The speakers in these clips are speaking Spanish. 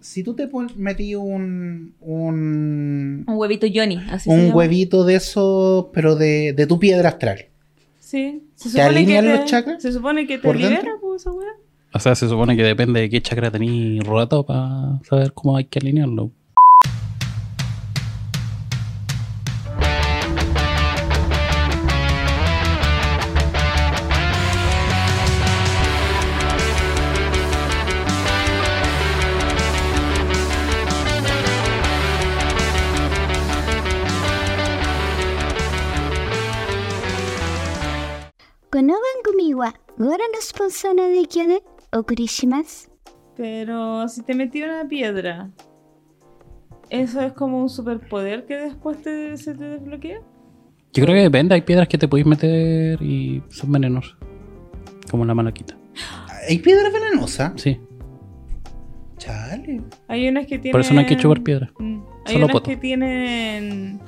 si tú te pon- metí un, un, Un huevito Johnny, así se un llama. huevito de esos, pero de, de tu piedra astral. Sí. Se ¿Te alinean los chakras? Se supone que te ¿Por libera, dentro? pues, esa weá. O sea, se supone que depende de qué chakra tenéis rato para saber cómo hay que alinearlo. この番組はご覧のスポンサーの影響でお送りします。 Pero si te metí una piedra, ¿eso es como un superpoder que después te, se te desbloquea? Yo creo que depende, hay piedras que te podéis meter y son venenosas. Como la malaquita. ¿Hay piedra venenosa? Sí, Chale. Hay unas que tienen. Por eso no hay que chupar piedra. Mm. Hay Solo unas poto. que tienen.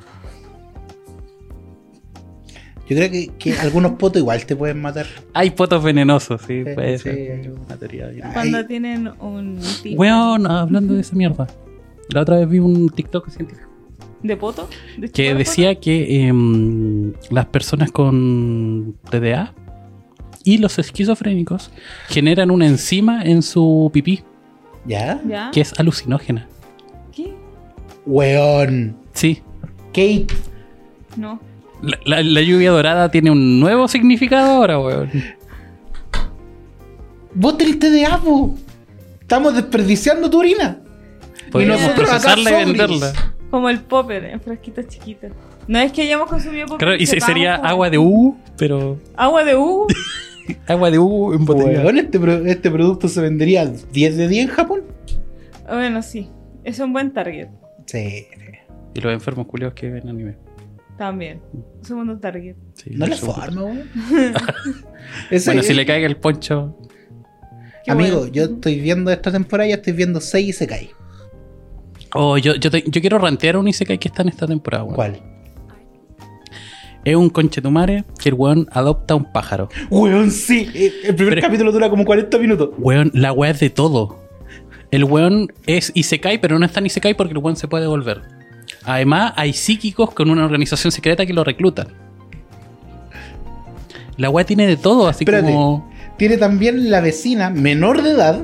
Yo creo que, que algunos potos igual te pueden matar. Hay potos venenosos, sí, Sí, puede sí, ser. hay un- Una teoría bien. Cuando Ay. tienen un. tipo Weón, hablando de esa mierda. La otra vez vi un TikTok científico ¿De poto? ¿De que chupar decía que em, las personas con TDA y los esquizofrénicos generan una enzima en su pipí ¿Ya? poto? ¿Ya? que es alucinógena. ¿Qué? Weón. Sí, Kate. No. La, la- la lluvia dorada tiene un nuevo significado ahora, weón. Vos tenés TDA, po. Estamos desperdiciando tu orina. Podríamos nosotros acá procesarla y zombies. venderla. Como el popper en frasquitos chiquitos. No es que hayamos consumido popper. Claro, y se- sepamos sería cómo- agua de U, pero Agua de U. agua de U en botella. Weón, este, pro- este producto se vendería 10 de 10 en Japón. bueno, sí. Es un buen target. Sí. Y los enfermos culiados que ven anime. También. Segundo target. Sí, No la eso. forma, weón. Bueno, si le caiga el poncho. Qué Amigo, bueno. yo estoy viendo esta temporada, ya estoy viendo 6 y se cae. Oh, yo, yo, te- yo quiero rantear un Isekai que está en esta temporada, weón. ¿Cuál? Es un conchetumare que el weón adopta un pájaro. Weón, sí. Eh, El primer Pero- capítulo dura como 40 minutos. Weón, la weá es de todo. El weón es Isekai, pero no es tan Isekai porque el weón se puede volver. Además, hay psíquicos con una organización secreta que lo reclutan. La weá tiene de todo, así Espérate. como. Tiene también la vecina menor de edad,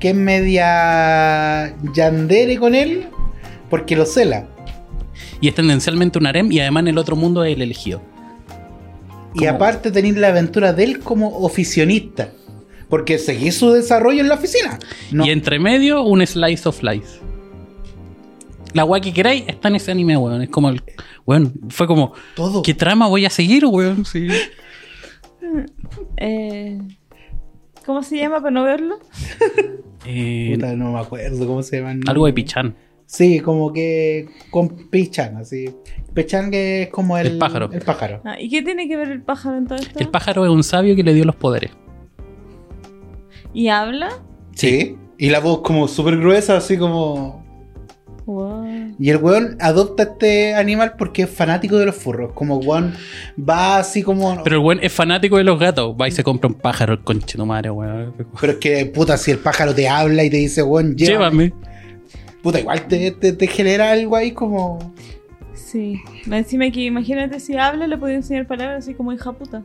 que es media yandere con él, porque lo cela. Y es tendencialmente un harem, y además en el otro mundo es el elegido. Y ¿Cómo? aparte tenéis la aventura de él como oficinista. Porque seguís su desarrollo en la oficina. No. Y entre medio, un slice of life. La weá que queráis está en ese anime, weón. Es como el. Weón, fue como. todo. ¿Qué trama voy a seguir, weón? Sí. Eh, ¿Cómo se llama para no verlo? Eh, Puta, no me acuerdo cómo se llaman. algo de Pichan. Sí, como que con Pichan, así. Pichan que es como el, El pájaro. El pájaro. Ah, ¿Y qué tiene que ver el pájaro en todo esto? El pájaro es un sabio que le dio los poderes. ¿Y habla? Sí. Y la voz como súper gruesa, así como... Wow. Y el weón adopta este animal porque es fanático de los furros. Como weón va así como... Pero el weón es fanático de los gatos. Va y se compra un pájaro, el conchetumare, weón. Pero es que, puta, si el pájaro te habla y te dice, weón, llévame. Llévame. Puta, igual te, te, te genera algo ahí como... Sí. Me Encima que imagínate si habla, le podía enseñar palabras así como hija puta.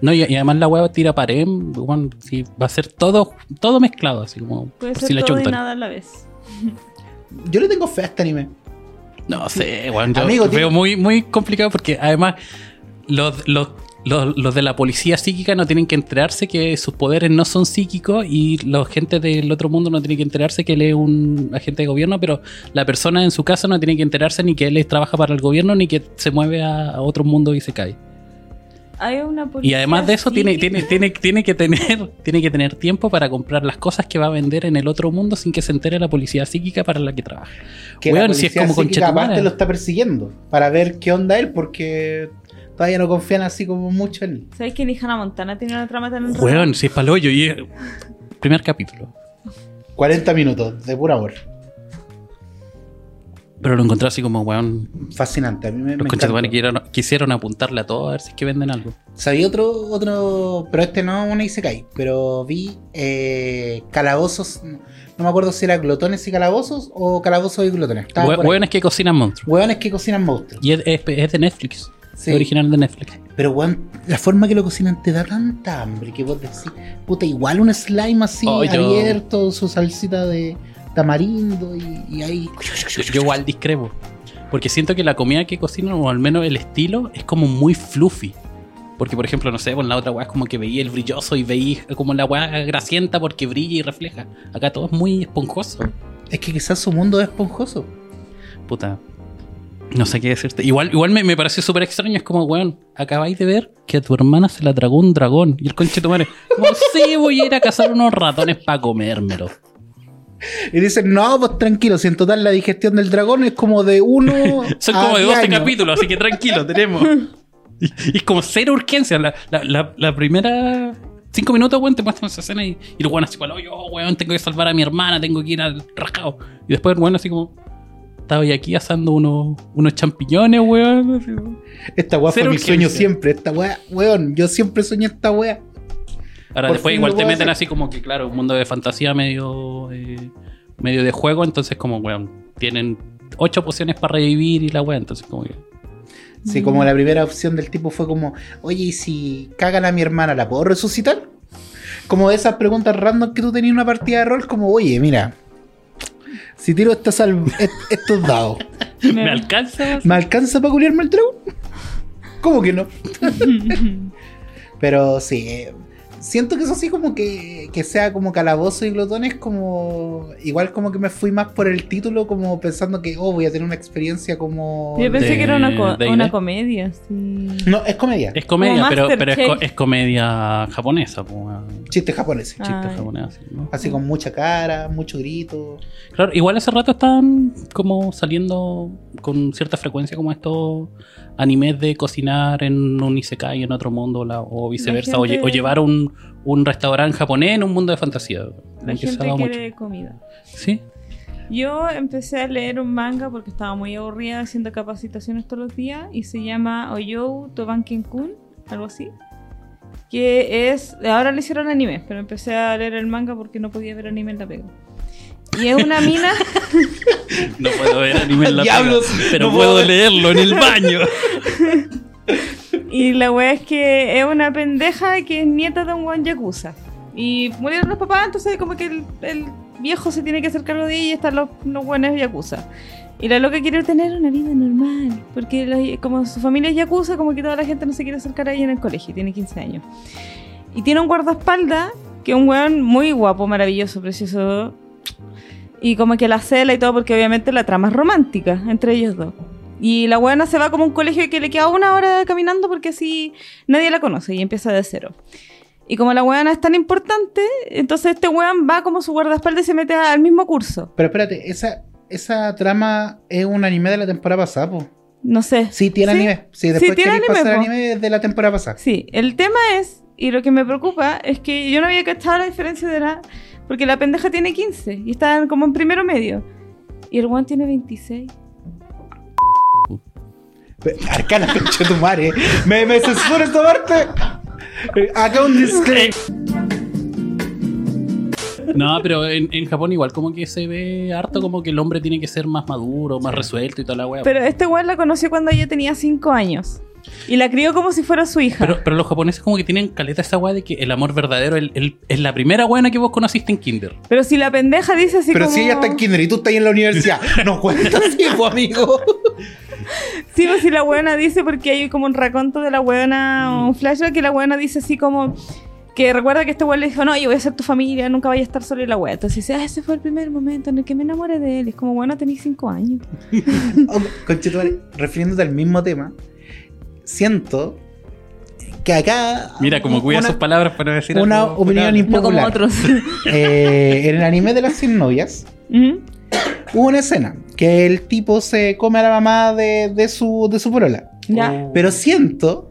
No, y, y además la weá tira pared, weón. sí, va a ser todo, todo mezclado, así como. Puede ser por Pues si la todo y chuntan. nada a la vez. Yo le tengo fe a este anime. No sé, weón. Yo Amigo, lo tiene- veo muy, muy complicado porque además los, los- los- los de la policía psíquica no tienen que enterarse que sus poderes no son psíquicos y la gente del otro mundo no tiene que enterarse que él es un agente de gobierno, pero la persona en su casa no tiene que enterarse ni que él trabaja para el gobierno ni que se mueve a, a otro mundo y se cae. Hay una Y además de eso tiene, psíquica. tiene, tiene, tiene que tener, tiene que tener tiempo para comprar las cosas que va a vender en el otro mundo sin que se entere la policía psíquica para la que trabaja. Que Weón, la si es policía como psíquica conchetumare. aparte lo está persiguiendo para ver qué onda él porque todavía no confían así como mucho en él. ¿Sabes que ni Hannah Montana tiene una trama tan enredada? Weón, si es paloyo y es- primer capítulo. 40 minutos de pura amor. Pero lo encontré así como, weón, Fascinante. A mí me, los me conchetumanes encantó. quisieron, quisieron apuntarle a todo a ver si es que venden algo. Sabía otro, otro, pero este no es una Isekai, pero vi eh, Calabozos, No me acuerdo si era glotones y calabozos o calabozos y glotones. Estaba Hue- por ahí. Hueones que cocinan monstruos. Hueones que cocinan monstruos. Y es, es- es de Netflix. Sí. Es original de Netflix. Pero, weón, la forma que lo cocinan te da tanta hambre que vos decís, puta, igual un slime así Oh, yo- abierto, su salsita de tamarindo y, y ahí. Yo, yo igual discrepo. Porque siento que la comida que cocinan, o al menos el estilo, es como muy fluffy. Porque, por ejemplo, no sé, con la otra weá es como que veía el brilloso y veía como la weá grasienta porque brilla y refleja. Acá todo es muy esponjoso. Es que quizás su mundo es esponjoso. Puta. No sé qué decirte. Igual, igual me, me pareció súper extraño. Es como, weón, acabáis de ver que a tu hermana se la tragó un dragón. Y el conche de tu madre, como, sí, voy a ir a cazar unos ratones para comérmelo. Y dicen, no, pues tranquilo, si en total la digestión del dragón es como de uno. Son a como de 10 12 años". capítulos, así que tranquilo, tenemos. Y, y es como cero urgencia. La, la, la- la primera. Cinco minutos, weón, te muestran esa escena y, y el weón así, como, yo, weón, tengo que salvar a mi hermana, tengo que ir al rajado. Y después el weón así como. Estaba ahí aquí asando unos, unos champiñones, weón. así como. Esta weá fue Cero mi sueño urgencia. siempre. Esta weá, weón, yo siempre soñé esta weá. Ahora Por después fin igual lo te puedo meten hacer. así como que, claro, un mundo de fantasía medio, eh, medio de juego, entonces como, weón, tienen ocho pociones para revivir y la weón, entonces como que... Sí, como la primera opción del tipo fue como, oye, ¿y si cagan a mi hermana, la puedo resucitar? Como esas preguntas random que tú tenías en una partida de rol, como, oye, mira, si tiro estas al- est- estos dados, ¿Me, alcanzas? ¿me alcanza para culiarme el dragón? ¿Cómo que no? Pero sí, eh, siento que eso sí como que, que sea como calabozo y glotones, como, igual como que me fui más por el título, como pensando que, oh, voy a tener una experiencia como... Yo pensé de- que era una, co- de una idea. comedia, sí. No, es comedia, Es comedia, Como pero, pero es, co- Masterchef. es comedia japonesa, po, weón. chistes japoneses. Chistes Ay. japoneses, ¿no? Así con mucha cara, mucho grito. Claro, igual hace rato están como saliendo con cierta frecuencia como estos animes de cocinar en un isekai en otro mundo la- o viceversa, o, gente- lle- o llevar un, un restaurante japonés en un mundo de fantasía. La que se ha gente dado quiere comida. Sí, Yo empecé a leer un manga porque estaba muy aburrida haciendo capacitaciones todos los días y se llama Oyou Toban Kenkun, algo así. Que es. Ahora le hicieron anime, pero empecé a leer el manga porque no podía ver anime en la pega. Y es una mina. No puedo ver anime en la Diablos, pega, pero no puedo puedo, ver. leerlo en el baño. Y la wea es que es una pendeja que es nieta de un guan yakuza. Y murieron los papás, entonces como que el, el viejo se tiene que hacer cargo de ella y están los, los guanes yakuza. Y la loca quiere tener una vida normal, porque la- como su familia es yakuza, como que toda la gente no se quiere acercar a ella en el colegio, tiene 15 años. Y tiene un guardaespaldas, que es un weón muy guapo, maravilloso, precioso. Y como que la cela y todo, porque obviamente la trama es romántica entre ellos dos. Y la buena se va como a un colegio que le queda una hora caminando porque así nadie la conoce y empieza de cero. Y como la weona es tan importante, entonces este weón va como su guardaespaldas y se mete al mismo curso. Pero espérate, esa, esa trama es un anime de la temporada pasada, po. No sé. Sí, tiene Sí. anime. Sí, después tiene queréis anime, pasar po. anime de la temporada pasada. Sí, el tema es, y lo que me preocupa, es que yo no había cachado la diferencia de edad, porque la pendeja tiene 15 y está como en primero medio. Y el weón tiene 26. Arcana, pinche tu madre. Me, me censura esta parte. Eh, Acá un disclaimer. No, pero en, en Japón igual como que se ve harto como que el hombre tiene que ser más maduro, más resuelto y toda la weá. Pero, Pero este weón la conoció cuando ella tenía 5 años. Y la crió como si fuera su hija. pero, los japoneses como que tienen caleta esa weá de que el amor verdadero el- el- es la primera weá que vos conociste en kinder. Pero si la pendeja dice así Pero como... si ella está en kinder y tú estás ahí en la universidad, no cuentas, hijo, amigo. Sí, pues si la buena dice, porque hay como un raconto de la buena, un flashback que la buena dice así como... Que recuerda que este güey le dijo, no, yo voy a ser tu familia, nunca vaya a estar solo y la wea. Entonces dice, ah, ese fue el primer momento en el que me enamoré de él. Y es como, bueno, tenés cinco años. Oh, conchetumare, refiriéndote al mismo tema, siento que acá. Mira, como cuida una- sus palabras para decir Una algo opinión funable. impopular. No como otros. eh, en el anime de las 100 novias. Ujú. Hubo una escena que el tipo se come a la mamá de, de su, de su polola. Ya. Pero siento,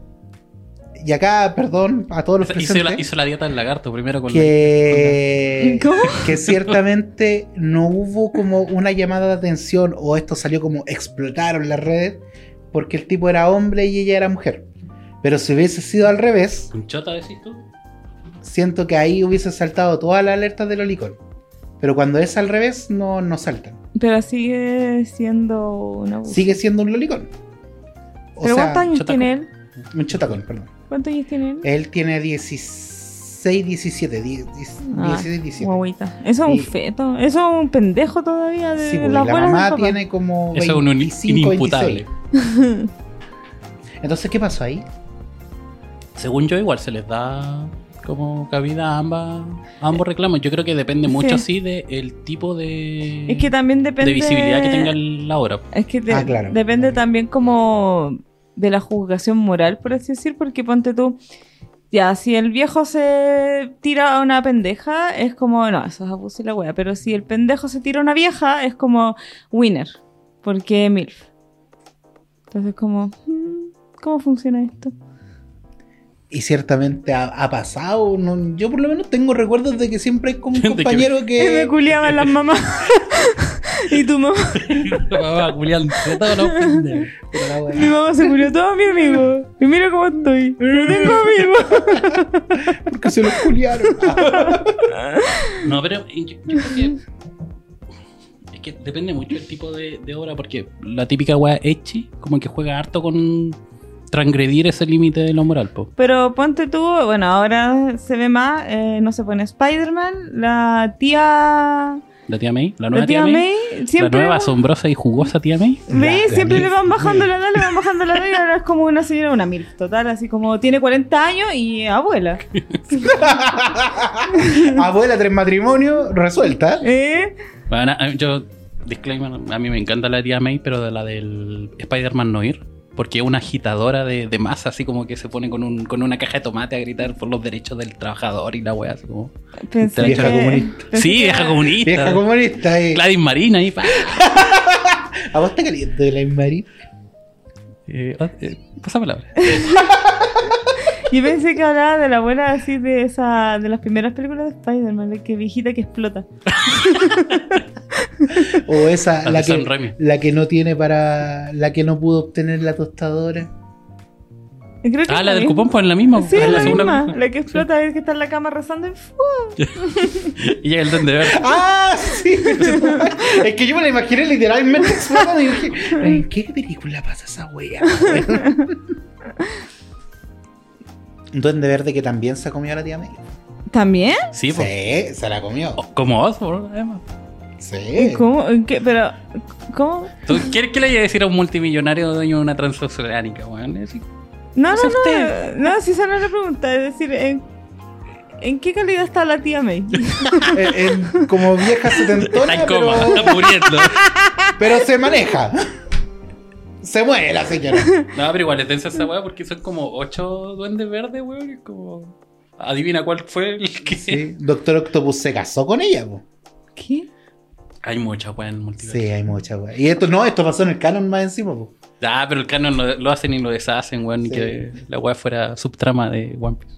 y acá, perdón a todos los Hizo la, presentes, hizo la dieta del lagarto primero con que, ¿Cómo? que ciertamente no hubo como una llamada de atención o esto salió como explotaron las redes porque el tipo era hombre y ella era mujer. Pero si hubiese sido al revés, ¿Con chota decís tú? siento que ahí hubiese saltado toda la alerta del olicón. Pero cuando es al revés, no, no saltan. Pero sigue siendo un abuso. Sigue siendo un lolicón. O ¿Pero sea, cuántos años chota tiene él? un chotacón, perdón. ¿Cuántos años tiene él? Él tiene 16, 17, 10, 16, 17. guaguita. Eso es un Y- feto. Eso es un pendejo todavía de Sí, pues, y la la abuela del mamá papá. tiene como Eso es un uni- 25, inimputable. 26. Entonces, ¿qué pasó ahí? Según yo, igual se les da como cabida a, ambas, a ambos reclamos. Yo creo que depende mucho, sí, del tipo de, Es que también depende de visibilidad que tenga la obra. Es que de- Ah, claro. depende también como de la juzgación moral, por así decir, porque ponte tú, ya, si el viejo se tira a una pendeja, es como, no, eso es abuso y la wea, pero si el pendejo se tira a una vieja, es como winner, porque MILF. Entonces como, mm, ¿cómo funciona esto? Y ciertamente ha, ha pasado. no- yo por lo menos tengo recuerdos de que siempre hay como un De que- compañero Y me que... culiaban eh, las mamás. y tu mamá, La mamá culiando, toda la pendeja. Pero la mi wea- mamá se culió todo a mi amigo. Y mira cómo estoy. No tengo amigos. Porque se lo culiaron. No, pero eh, yo, yo creo que. Es que depende mucho el tipo de, de obra, porque la típica wea Echi, como que juega harto con transgredir ese límite de lo moral, po. Pero ponte tú, bueno, ahora se ve más, eh, no se pone Spider-Man, la tía. La tía May, la La nueva tía May, siempre. la nueva asombrosa y jugosa tía May. ¿Ve? La Siempre le camisa. van bajando la edad, le van bajando la edad y ahora es como una señora, una mil, total, así como tiene 40 años y abuela. Ah, Abuela, tres matrimonios, resuelta. ¿Eh? Bueno, a- yo, disclaimer, a mí me encanta la tía May, pero de la del Spider-Man Noir, porque es una agitadora de, de masa, así como que se pone con, un, con una caja de tomate a gritar por los derechos del trabajador y la wea, así como. Pensé Vieja que- comunista. pensé sí, que vieja era- comunista. Vieja comunista. eh. Gladys Marina ahí, pa. ¿A vos te caliente la Mari? Eh, eh, pasa palabra. Yo pensé que hablaba de la abuela así de esa de las primeras películas de Spider-Man, la que viejita que explota. O esa, La la, de Sam Raimi. que, la que no tiene para. La que no pudo obtener la tostadora. Creo que Ah, es la del misma. cupón, pues en la misma. Sí, pues, es en la segunda misma. misma. La que explota es que está en la cama rezando y ¡fu! Y llega el tendedor. ¡Ah! Sí, es que yo me la imaginé literalmente explotando y dije, ¿en qué película pasa esa wea? Un duende verde que también se ha comido a la tía May. ¿También? Sí, pues. Sí, se la comió. O- Como Osborn, además. Sí. ¿Cómo? ¿En qué? Pero, ¿cómo? ¿Tú, qué, qué le iba a decir a un multimillonario dueño de una transoceánica, weón? Es- No, no, sea, no. usted- No, si esa no es la pregunta. Es decir, ¿en, en qué calidad está la tía May? Eh, eh, como vieja Está en setentona, coma, pero, está muriendo. pero se maneja. Se mueve la señora. No, pero igual es densa esa weá porque son como ocho duendes verdes, weón. y es como. Adivina cuál fue el que. Sí, Doctor Octopus se casó con ella, po. ¿Qué? Hay mucha weá en el multiverso. Sí, hay mucha wea. Y esto no, esto pasó en el canon más encima, po. Ah, pero el canon lo, lo hacen y lo deshacen, weón. Ni Sí. que la weá fuera subtrama de One Piece.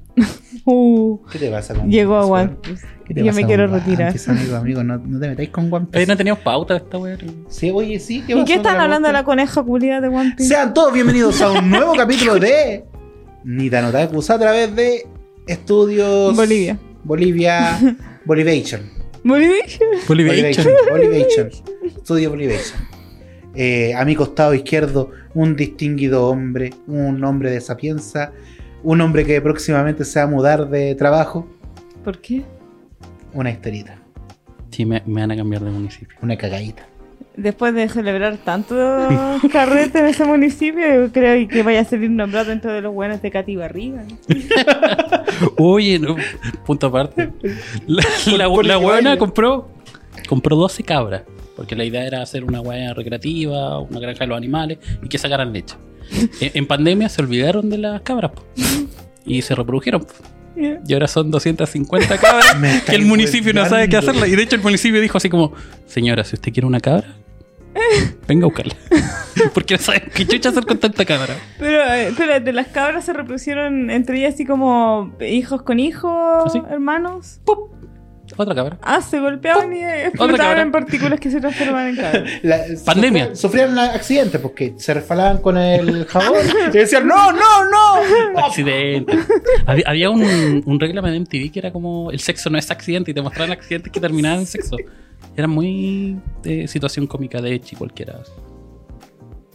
Uh, ¿Qué te pasa con llegó a One One Piece? Piece. ¿Qué te Yo pasa me con quiero One retirar. Piece, amigo, amigo, no, no te metáis con One Oye, Piece. no teníamos pauta esta weá. Sí, oye, sí. ¿qué ¿Y pasó qué están con la hablando de la pauta? coneja culiada de One Piece? Sean todos bienvenidos a un nuevo capítulo de Nitano Takus a través de Estudios Bolivia. Bolivia. Bolivation. Bolivia. Bolivation. Bolivation. Estudio Bolivation. Eh, a mi costado izquierdo, un distinguido hombre, un hombre de sapienza, un hombre que próximamente se va a mudar de trabajo. ¿Por qué? Una historita, Sí, me, me van a cambiar de municipio. una cagadita. Después de celebrar tanto carrete en ese municipio, yo creo que vaya a salir nombrado dentro de los buenos de Cati Barriga. Oye, no, punto aparte. La, la, por la el que huevona baile. compró, compró 12 cabras. Porque la idea era hacer una hueá recreativa, una granja de los animales y que sacaran leche. En, en pandemia se olvidaron de las cabras po. y se reprodujeron. po. Y ahora son 250 cabras Me que estáis el municipio no sabe qué hueveando. hacerla. Y de hecho el municipio dijo así como, señora, si usted quiere una cabra, venga a buscarla. Porque no saben qué chucha hacer con tanta cabra. Pero, eh, espérate, las cabras se reproducieron entre ellas así como hijos con hijos, ¿Ah, sí? hermanos. Otra cabra. Ah, se golpeaban y explotaban cabra. en partículas que se transformaban en cabra. La- Pandemia. sufrían- Sufrían, la- accidentes porque se resfalaban con el jabón y decían, no, no, no. Accidente. había había un, un reglamento de MTV que era como el sexo no es accidente y te mostraban accidentes que terminaban en sexo. Era muy de situación cómica de Echi cualquiera.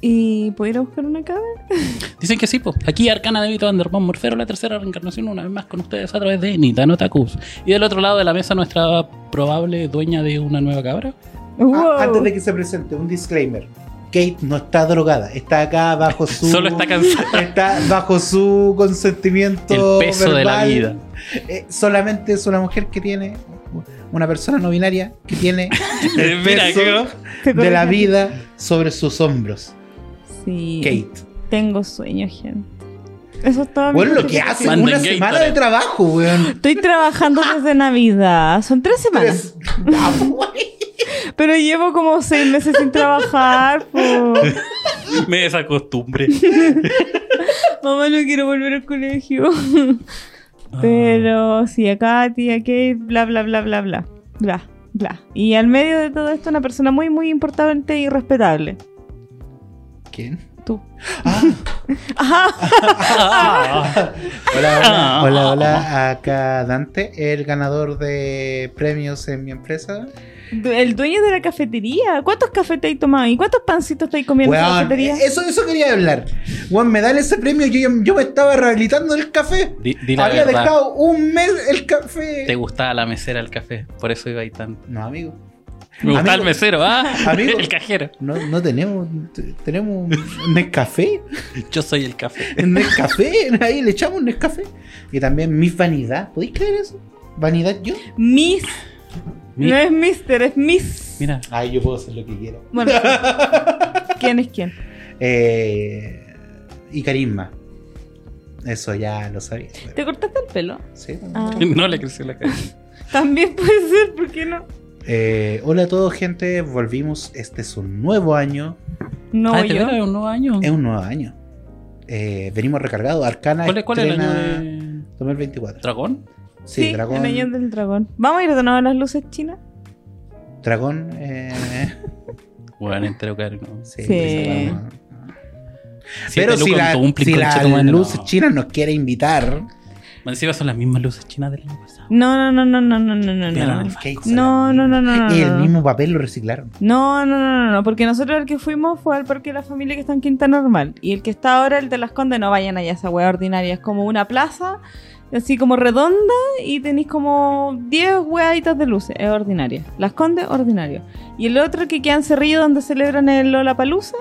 ¿Y pudiera buscar una cabra? Dicen que sí, pues. Aquí Arcana de Vito Vanderpump Morfero, la tercera reencarnación, una vez más con ustedes a través de Nitano Takus. Y del otro lado de la mesa, nuestra probable dueña de una nueva cabra. Wow. Ah, antes de que se presente, un disclaimer. Kate no está drogada, está acá bajo su. Solo está cansada. Está bajo su consentimiento. El peso de la verbal. Eh, solamente es una mujer que tiene. Una persona no binaria que tiene el Mira, peso creo. Te de la corrigen. vida sobre sus hombros. Sí. Kate. Tengo sueño, gente. Eso es todo. mi Bueno, lo que hace justificación. Manden una Gatorade. semana de trabajo, weón. Estoy trabajando desde Navidad. Son tres semanas. Tres- Ah, güey. Pero llevo como seis meses sin trabajar. po. Me desacostumbre. Mamá, no quiero volver al colegio. Ah. Pero sí, a Katy, a Kate, bla, bla, bla, bla, bla. Bla, bla. Y al medio de todo esto, una persona muy, muy importante y respetable. ¿Quién? Tú. Ah, Ajá. Ah. hola, hola, Ah. hola, hola. Acá Dante, el ganador de premios en mi empresa. Du- El dueño de la cafetería. ¿Cuántos cafés te has tomado? ¿Y cuántos pancitos te has comido en la Weón, cafetería? eh, eso, eso quería hablar. Weón, me dan ese premio. Yo, yo me estaba rehabilitando el café. Di, di la Había verdad. dejado un mes el café. Te gustaba la mesera del café, por eso iba ahí tanto. No, amigo. Me gustaba Amigo. el mesero, ¿ah? Amigo. El cajero. No, no tenemos. t- Tenemos un Nescafé. Yo soy el café. Un Nescafé. Ahí le echamos un Nescafé. Y también mi vanidad. ¿Podéis creer eso? ¿Vanidad yo? Miss. eh. Mi- No es mister, es miss. Mira, Ay, yo puedo hacer lo que quiera. Bueno, ¿quién es quién? Eh, y carisma. Eso ya lo sabía. weón. ¿Te cortaste el pelo? Sí. Ah. no le creció la cara. También puede ser, ¿por qué no? Eh, hola a todos, gente. Volvimos. Este es un nuevo año. No, ah, voy ¿te yo. era un nuevo año? Es un nuevo año. Eh, venimos recargados. Arcana. ¿Cuál, es- cuál es el año estrena de 2024. Dragón? Sí, el Dragón. año del dragón. ¿Vamos a ir de nuevo a las luces chinas? Dragón. eh, Bueno, entero caro, ¿no? sí. Sí. pues, vamos. Siete Pero si lucas la, con tu dumpling, si concha la tu madre, no. luz china nos quiere invitar. Más Encima son las mismas luces chinas del año pasado. No, no, no, no, no, no, no, no. Mira, No, el Kate se no, la- no, no, no, no, Y el no. mismo papel lo reciclaron. No, no, no, no, no, porque nosotros el que fuimos fue al parque de la familia que está en Quinta Normal. Y el que está ahora, el de las Condes, no vayan allá, esa hueá ordinaria. Es como una plaza, así como redonda, y tenéis como 10 hueaditas de luces. Es ordinaria. Las Condes, ordinario. Y el otro que queda en Cerrillo, donde celebran el Lola Palusa.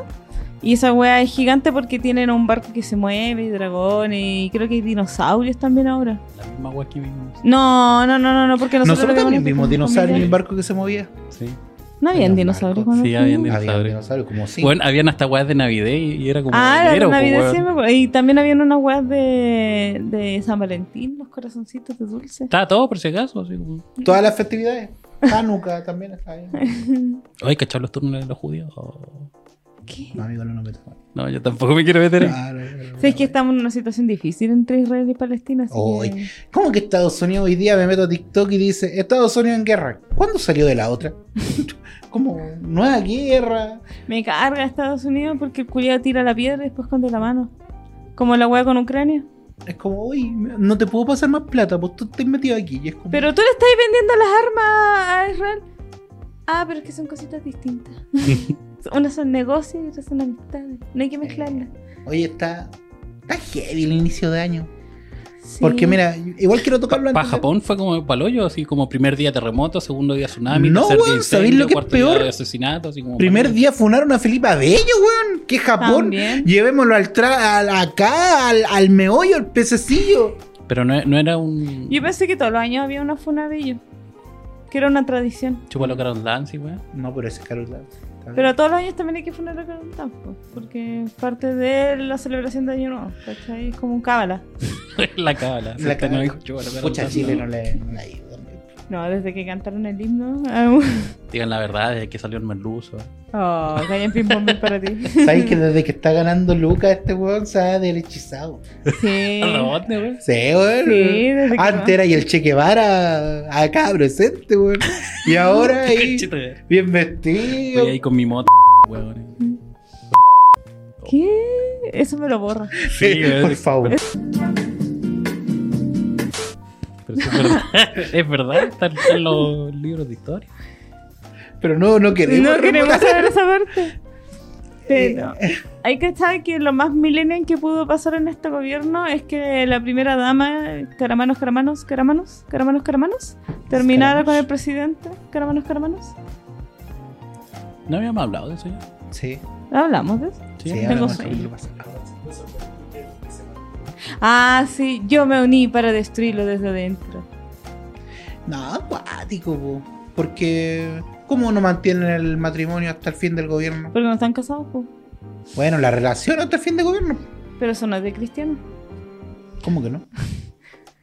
Y esa hueá es gigante porque tienen un barco que se mueve, y dragones, y creo que hay dinosaurios también ahora. La misma guay que vimos. No, no, no, no, no, porque nosotros, Nosotros, lo también en vimos Familia. dinosaurios en el barco que se movía. Sí. No habían Habían dinosaurios barcos. cuando Sí, habían fuimos. Había Dinosaurio. dinosaurios como cinco. Bueno, habían hasta guayas de Navidad y y era como. Ah, enero, la po, Navidad weón. sí me acuerdo. Y también habían unas weas de, de San Valentín, los corazoncitos de dulce. Estaba todo por si acaso. Así como... Todas las festividades. Hanukkah también está ahí. Ay, cachar los turnos de los judíos. Oh. ¿Qué? No, amigo, no nos metamos. No, yo tampoco me quiero meter. ahí. Ah, no, no, no, no, Sabes que no. estamos en una situación difícil entre Israel y Palestina. así Oy. que- ¿Cómo que Estados Unidos hoy día me meto a TikTok y dice Estados Unidos en guerra? ¿Cuándo salió de la otra? Como nueva guerra. Me carga Estados Unidos porque el culiado tira la piedra y después con la mano. Como la wea con Ucrania. Es como, uy, no te puedo pasar más plata, pues tú estás metido aquí. Y es como, Pero tú le estás vendiendo las armas a Israel. Ah, pero es que son cositas distintas. Unas son negocios y otras son amistades. No hay que mezclarlas. oye, está, está heavy el inicio de año. Sí. Porque mira, igual quiero tocarlo Para antes. de- Japón fue como palollo, así como primer día terremoto, segundo día tsunami, No, tercer día weón, incendio, ¿sabéis lo que es cuarto peor? día de asesinato, así como Primer palollo. día funaron a Felipa Bello, weón. ¿Qué Japón? También. Llevémoslo al tra al- acá, al, al meollo, al pececillo. Pero no, no era un Yo pensé que todos los años había una funa de ellos. Que era una tradición. chupalo Carol Dance, weón. No, pero ese es Carol Dance. Pero todos los años también hay que funar a Carol Dance, po, porque es parte de la celebración de Año Nuevo, ¿cachai? Es como un cábala. la cábala. La La cábala. cábala. Pucha, Chile no le, no le ayuda. No, desde que cantaron el himno. aún- Digan la verdad, desde que salió el merluzo. Oh, Cañón Ping Pong es para ti. ¿Sabes que desde que está ganando Lucas este weón se ha derechizado? Sí. ¿A dónde, güey? Sí, weón. Sí, desde que Antes no. era y el Che Guevara acá presente, weón. Y ahora ahí, Cachete, güey. bien vestido. Voy ahí con mi moto, weón. ¿Qué? Eso me lo borra. Sí, güey. por favor. Pero sí, es verdad. es verdad, están están los libros de historia. Pero no, no queremos. No queremos remolar. saber esa parte. Pero hay que saber que lo más millennial que pudo pasar en este gobierno es que la primera dama, Caramanos, Caramanos, Caramanos, Caramanos, Caramanos, terminara Caramanos. con el presidente, Caramanos, Caramanos. No habíamos hablado de eso ya. Sí, Hablamos de eso. sí, Sí. ahora tengo más que sueño. lo pasado. Ah, sí, yo me uní para destruirlo desde dentro. No, acuático, po. porque ¿cómo no mantienen el matrimonio hasta el fin del gobierno? Porque no están casados, po. Bueno, la relación hasta el fin del gobierno. pero eso no es de cristiano. ¿Cómo que no?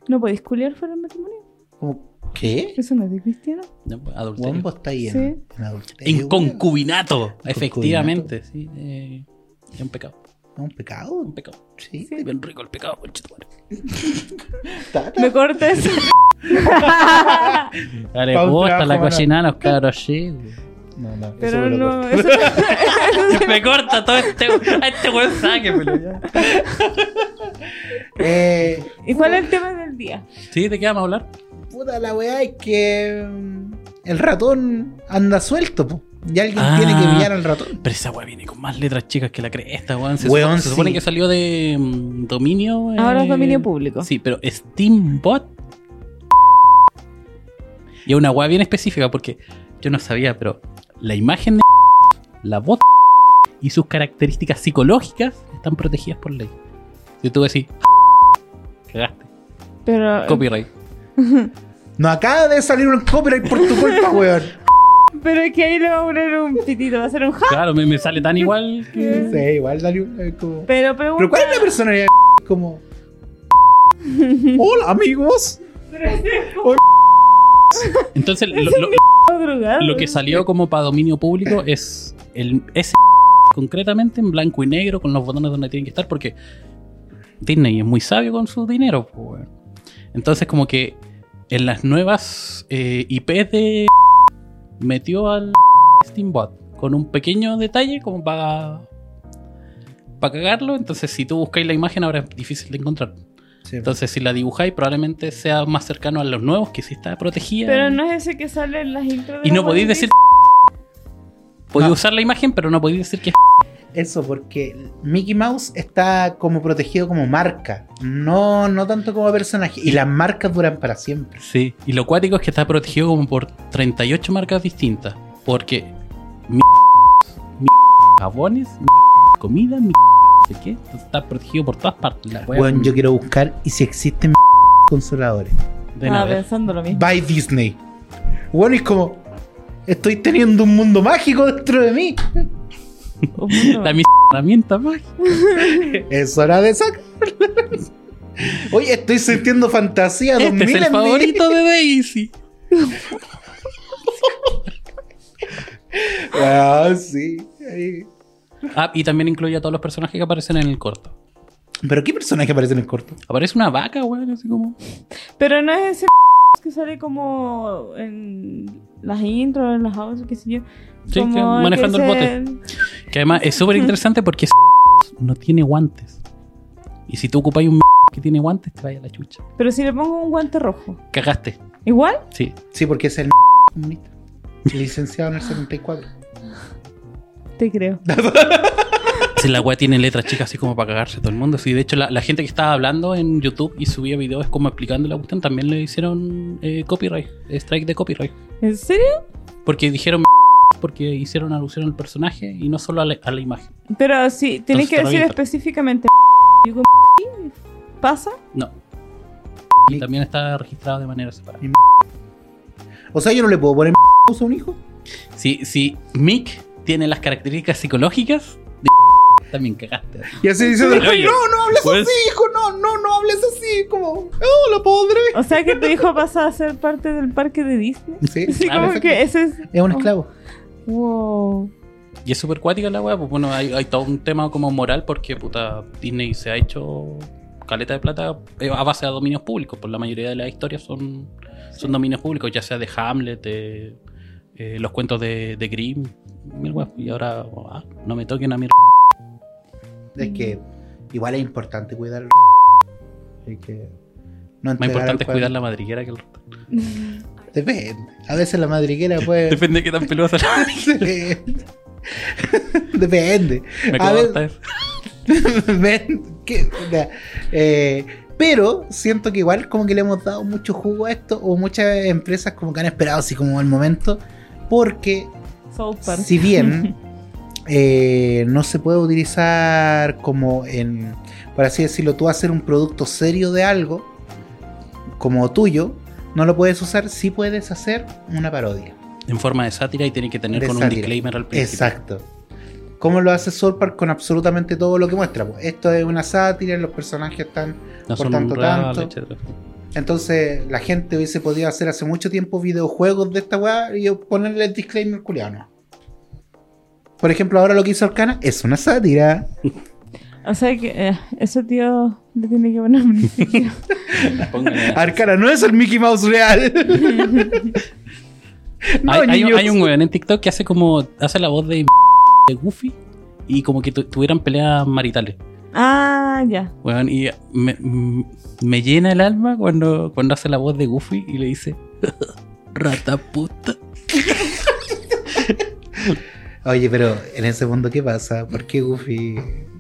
No podéis culiar fuera del matrimonio. ¿Cómo? ¿Qué? Eso no es de cristiano. No, pues, adulterio. Juan vos está ahí en, Sí. en adulterio, En weón. concubinato, efectivamente. Sí, eh, es un pecado. Es un pecado. Un pecado. Sí. Es bien rico el pecado, conchetumare. Tata. Me corta eso. Dale, Pa' un posta trabajo, la mano. cochina los cabros sí, güey. No, no, eso Pero me lo no, corto. eso, Me corta todo este. A este weón sáquemelo ya. Eh, ¿Y cuál es el tema del día? Sí, ¿de qué vamos a hablar? puta, la weá es que mm, el ratón anda suelto, po. Y alguien Ah. tiene que pillar al ratón. Pero esa weá viene con más letras chicas que la cresta, weón. Se, Weón, supone- se supone sí. que salió de mm, dominio. Ahora es eh, dominio público. Sí, pero Steambot. Y es una weá bien específica porque yo no sabía, pero la imagen de la voz y sus características psicológicas están protegidas por ley. Si tú decís, cagaste, Pero, copyright. No acaba de salir un copyright por tu culpa, weón. pero es que ahí le va a poner un pitito, va a ser un ja. Claro, me, me sale tan igual que. Sí, igual salió eh, como. Pero Pero pregunta. ¿cuál es la personalidad? de Como. Hola amigos. Pero ese es Entonces, lo, lo- como drogado. lo que salió como para dominio público es el ese concretamente en blanco y negro con los botones donde tienen que estar porque Disney es muy sabio con su dinero. po, weón. Entonces como que en las nuevas eh, IPs de metió al Steambot con un pequeño detalle como para para cagarlo. Entonces si tú buscáis la imagen ahora es difícil de encontrar. Entonces si la dibujáis probablemente sea más cercano a los nuevos que sí está protegida. Pero no es ese que sale en las intros de Y no los podéis One Piece. decir. Podéis No. usar la imagen, pero no podéis decir que. Eso, porque Mickey Mouse está como protegido como marca. No, no tanto como personaje. Y las marcas duran para siempre. Sí. Y lo cuático es que está protegido como por 38 marcas distintas. Porque. Mi. mi jabones, mi comida, mi. no sé qué. Entonces está protegido por todas partes. La wea- Bueno, yo quiero buscar y si existen consoladores. de Estaba nada. pensando lo mismo. By Disney. Bueno, es como. Estoy teniendo un mundo mágico dentro de mí. Un mundo La más. mi herramienta más. Es hora de sacarla. Oye, estoy sintiendo fantasía Este 2000 es el en mí. favorito de Daisy. Ah, sí. Ahí. Ah, y también incluye a todos los personajes que aparecen en el corto. Pero ¿qué personaje aparece en el corto? Aparece una vaca, weón, así como. Pero no es ese que sale como en las intros, en las houses, qué sé yo. Sí, Como que manejando que el se- Que además es súper interesante porque ese no tiene guantes. Y si tú ocupáis un que tiene guantes, te vaya a la chucha. Pero si le pongo un guante rojo. Cagaste. ¿Igual? Sí. Sí, porque es el comunista. Licenciado en el 74. Te creo. Si la weá tiene letras chicas así como para cagarse todo el mundo. Sí, de hecho, la, la gente que estaba hablando en YouTube y subía videos como explicando la cuestión también le hicieron eh, copyright, strike de copyright. ¿En serio? Porque dijeron porque hicieron alusión al personaje y no solo a la, a la imagen. Pero si tenés Entonces te que lo decir avientan. específicamente. Digo, ¿Pasa? No. Y también está registrado de manera separada. O sea, yo no le puedo poner a un hijo. Si, si Mick tiene las características psicológicas, de también cagaste. Y así dice, Oye. no, no hables Pues- así, hijo, no, no, no hables así. como como, ¡oh, la podre! O sea que tu hijo pasa a ser parte del parque de Disney. Sí, Sí, Claro, como exacto. que ese es. Es un esclavo. Wow. Y es súper cuática la weá, pues bueno, hay, hay todo un tema como moral porque puta Disney se ha hecho caleta de plata eh, a base de dominios públicos, por la mayoría de las historias son, son dominios públicos, ya sea de Hamlet, de eh, los cuentos de, de Grimm, mil weas, y ahora ah, no me toquen a mi Es que igual es importante cuidar el Así que no Más entregar importante es al cuidar la madriguera que el resto. cuerpo. Depende. A veces la madriguera puede. Depende de qué tan peluda sea la Depende. Depende. Me A quedo ver. hasta eso. Ven, que- ya, eh, pero siento que igual como que le hemos dado mucho jugo a esto o muchas empresas como que han esperado así como el momento porque South Park. si bien eh, no se puede utilizar como en, por así decirlo, tú hacer un producto serio de algo como tuyo, no lo puedes usar, sí puedes hacer una parodia. En forma de sátira y tiene que tener De con un sátira. disclaimer al principio. Exacto. ¿Cómo lo hace South Park con absolutamente todo lo que muestra? Pues, Esto es una sátira, los personajes están No Por son tanto, reales, tanto. etcétera. Entonces, la gente hubiese podido hacer hace mucho tiempo videojuegos de esta weá y yo ponerle el disclaimer culiano. Por ejemplo, ahora lo que hizo Arcana es una sátira. O sea que eh, eso, tío, le tiene que poner un sitio. Pónganle- Arcana no es el Mickey Mouse real. No, hay, hay- niños. hay un weón en TikTok que hace como. hace la voz de, de Goofy y como que tu- tuvieran peleas maritales. Ah, ya. Weón, y me, m- me llena el alma cuando, cuando hace la voz de Goofy y le dice. Rata puta. Oye, pero en ese mundo, ¿qué pasa? ¿Por qué Goofy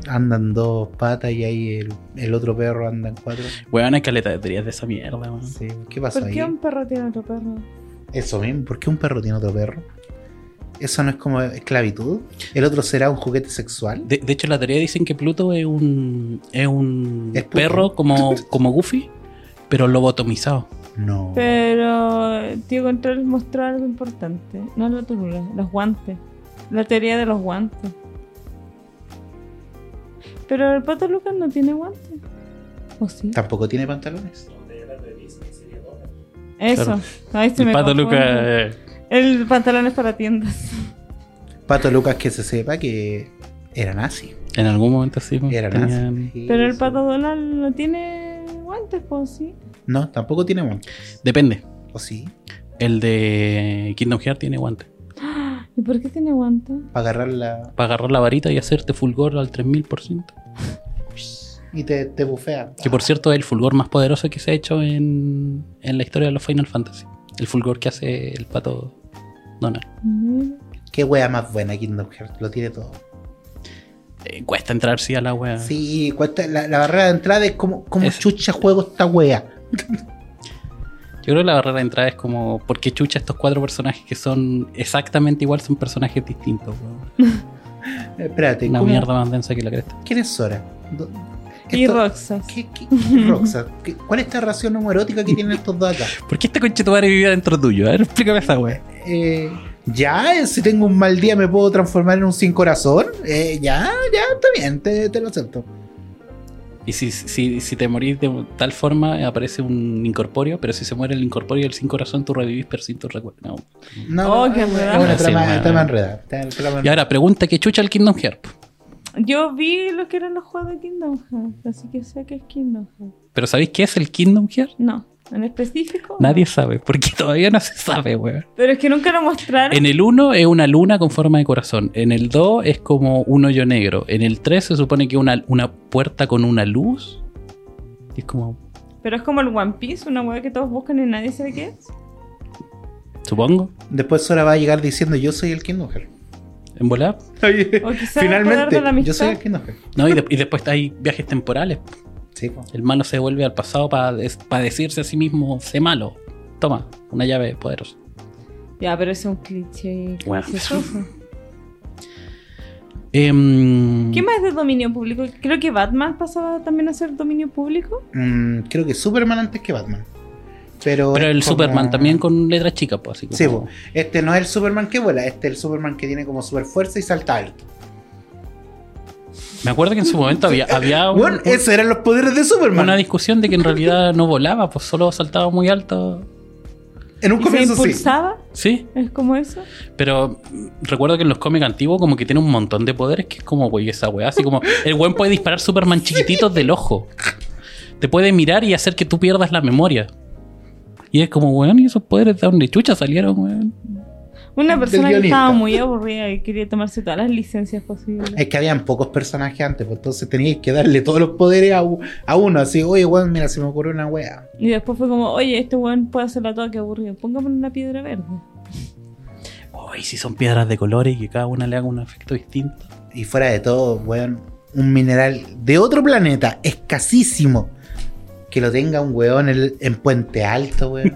andan dos patas y ahí el, el otro perro anda en cuatro? Weón, hay caleta de teorías de esa mierda, weón. Sí, ¿Qué pasó ¿Por ahí? qué un perro tiene otro perro? Eso mismo, ¿por qué un perro tiene otro perro? ¿Eso no es como esclavitud? ¿El otro será un juguete sexual? De, de hecho, la teoría dicen que Pluto es un. es un Es puto. perro como, como Goofy, pero lobotomizado. No. Pero Tío Control mostró algo importante. No la ternura, los guantes. La teoría de los guantes. Pero el pato Lucas no tiene guantes. ¿O sí? Tampoco tiene pantalones. Eso. Claro. Ahí se El me pato confunde. Luca. eh, El pantalón es para tiendas. Pato Lucas que se sepa que era nazi. En algún momento sí. pues, weón, Era tenían- nazi. Sí, Pero el sí. pato Donald no tiene guantes, pues sí. No, tampoco tiene guante. Depende. ¿O sí? El de Kingdom Hearts tiene guante. ¿Y por qué tiene guantes? Para agarrar la... Para agarrar la varita y hacerte fulgor al 3000%. Y te, te bufea. Que por cierto es el fulgor más poderoso que se ha hecho en, en la historia de los Final Fantasy. El fulgor que hace el pato Donald. Mira. Qué wea más buena Kingdom Hearts. Lo tiene todo. Eh, cuesta entrar sí a la wea. Sí, cuesta- la, la barrera de entrada es como, como Ah. Es- chucha juego esta wea. Yo creo que la barrera de entrada es como, ¿por qué chucha estos cuatro personajes que son exactamente igual son personajes distintos? weón? Espérate, Una ¿cómo- mierda más densa que la cresta. ¿quién es Sora? Do- Y esto- Roxas. ¿Qué, qué, qué Roxas? ¿Qué- ¿Cuál es esta relación homoerótica que tienen estos dos acá? ¿Por qué esta conchetumare vivía dentro tuyo? A ver, explícame esa wea. Eh, ya, eh, si tengo un mal día me puedo transformar en un sin corazón. Eh, ya, ya, está bien, te, te lo acepto. Y si, si, si te morís de tal forma, aparece un incorpóreo, pero si se muere el incorpóreo y el sin corazón, tú revivís, pero sin tu recuerdo. No. No, Oh, qué es enredado. una Ah, Sí, trama, bueno. trama enredada. tra- trama Y ahora, pregunta que chucha el Kingdom Hearts. Yo vi lo que eran los juegos de Kingdom Hearts, así que sé que es Kingdom Hearts. ¿Pero sabéis qué es el Kingdom Hearts? No, en específico. no. Nadie sabe, porque todavía no se sabe, weón. Pero es que nunca lo mostraron. En el 1 es una luna con forma de corazón. En el 2 es como un hoyo negro. En el 3 se supone que una, una puerta con una luz. Y es como. Pero es como el One Piece, una hueá que todos buscan y nadie sabe qué es. Supongo. Después Sora va a llegar diciendo yo soy el Kingdom Hearts. En volada. O quizás el poder Finalmente, de la amistad. yo soy el Kingdom Hearts. No, y, de- y después hay viajes temporales. Sí, po. El malo se vuelve al pasado para decirse a sí mismo, sé malo. Toma, una llave poderosa. Ya, pero es un cliché. Bueno. gracioso. Em, ¿Qué más de dominio público? Creo que Batman pasaba también a ser dominio público. Mm, creo que Superman antes que Batman. Pero, Pero es el como- Superman también con letras chicas, pues así como- Sí, po. este no es el Superman que vuela, este es el Superman que tiene como super fuerza y salta alto. Me acuerdo que en su momento había, Ah, había un- Bueno, esos eran los poderes de Superman. una discusión de que en realidad no volaba, pues solo saltaba muy alto. en un ¿Y se comienzo sí. impulsaba? Sí, ¿Es como eso? pero mm, recuerdo que en los cómics antiguos como que tiene un montón de poderes que es como, güey, esa weá. Así como, el weón puede disparar Superman chiquititos del ojo. Te puede mirar y hacer que tú pierdas la memoria. Y es como, weón, ¿y esos poderes de donde chucha salieron, weón? Una Del persona que guionista. estaba muy aburrida y quería tomarse todas las licencias posibles. Es que habían pocos personajes antes, pues entonces teníais que darle todos los poderes a, u- a uno. Así, oye, weón, mira, se me ocurrió una wea. Y después fue como, oye, este weón puede hacerlo todo, qué aburrido. Póngame una piedra verde. Uy, si son piedras de colores y que cada una le haga un efecto distinto. Y fuera de todo, weón, un mineral de otro planeta, escasísimo, que lo tenga un weón en, en Puente Alto, weón.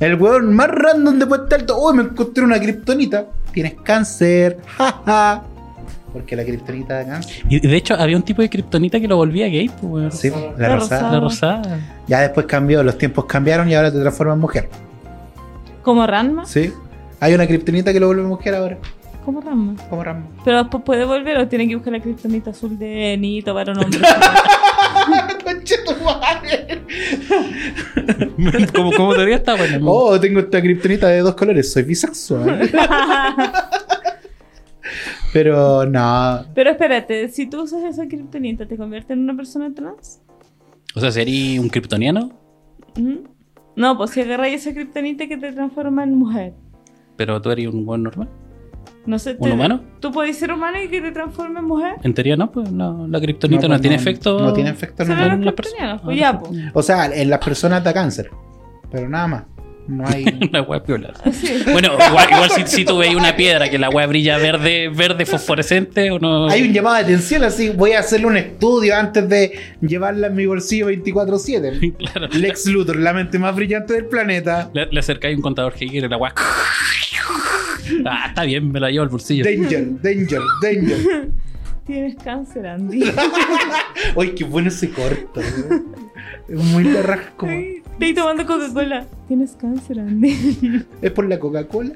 El weón más random de Puente Alto. Uy, me encontré una kriptonita. Tienes cáncer. Jaja. Porque la kriptonita da cáncer. Y de hecho, había un tipo de kriptonita que lo volvía gay, pues, weón. Sí, la La rosada. La rosada. Ya después cambió, los tiempos cambiaron y ahora te transforma en mujer. Como Ranma, Sí. Hay una kriptonita que lo vuelve mujer ahora, como Ranma. como Rambo. Pero después puede volver o tiene que buscar la criptonita azul de Nito para un hombre. Conchetumare. como, como teoría está bueno. Oh, tengo esta kriptonita de dos colores, soy bisexual. Pero no, Pero espérate, si tú usas esa criptonita, ¿te convierte en una persona trans? O sea, ¿sería un kriptoniano? ¿Mm? No, pues si agarras esa criptonita que te transforma en mujer. Pero tú eres un buen normal. No sé, ¿Un te- humano? ¿Tú puedes ser humano y que te transforme en mujer? En teoría no, pues no, la kriptonita no, pues tiene efecto. No tiene efecto Solo normal. en los la kryptonianos, persona. Ah, pues ya, pues. O sea, en las personas da cáncer. Pero nada más. No hay. Una wea piola. Sí. Bueno, igual, igual si, si tú veis una piedra que la wea brilla verde, verde fosforescente o no. Hay un llamado de atención, así voy a hacerle un estudio antes de llevarla en mi bolsillo 24-7. Claro. Lex Luthor, la mente más brillante del planeta. Le, le acercáis un contador Geiger y la wea. Ah, está bien, me la llevo al bolsillo. Danger, danger, danger. Tienes cáncer, Andy. Uy, qué bueno ese corto. weón. Es muy la raja, como. Ay, Estoy tomando Coca-Cola. Tienes cáncer, Andy. ¿Es por la Coca-Cola?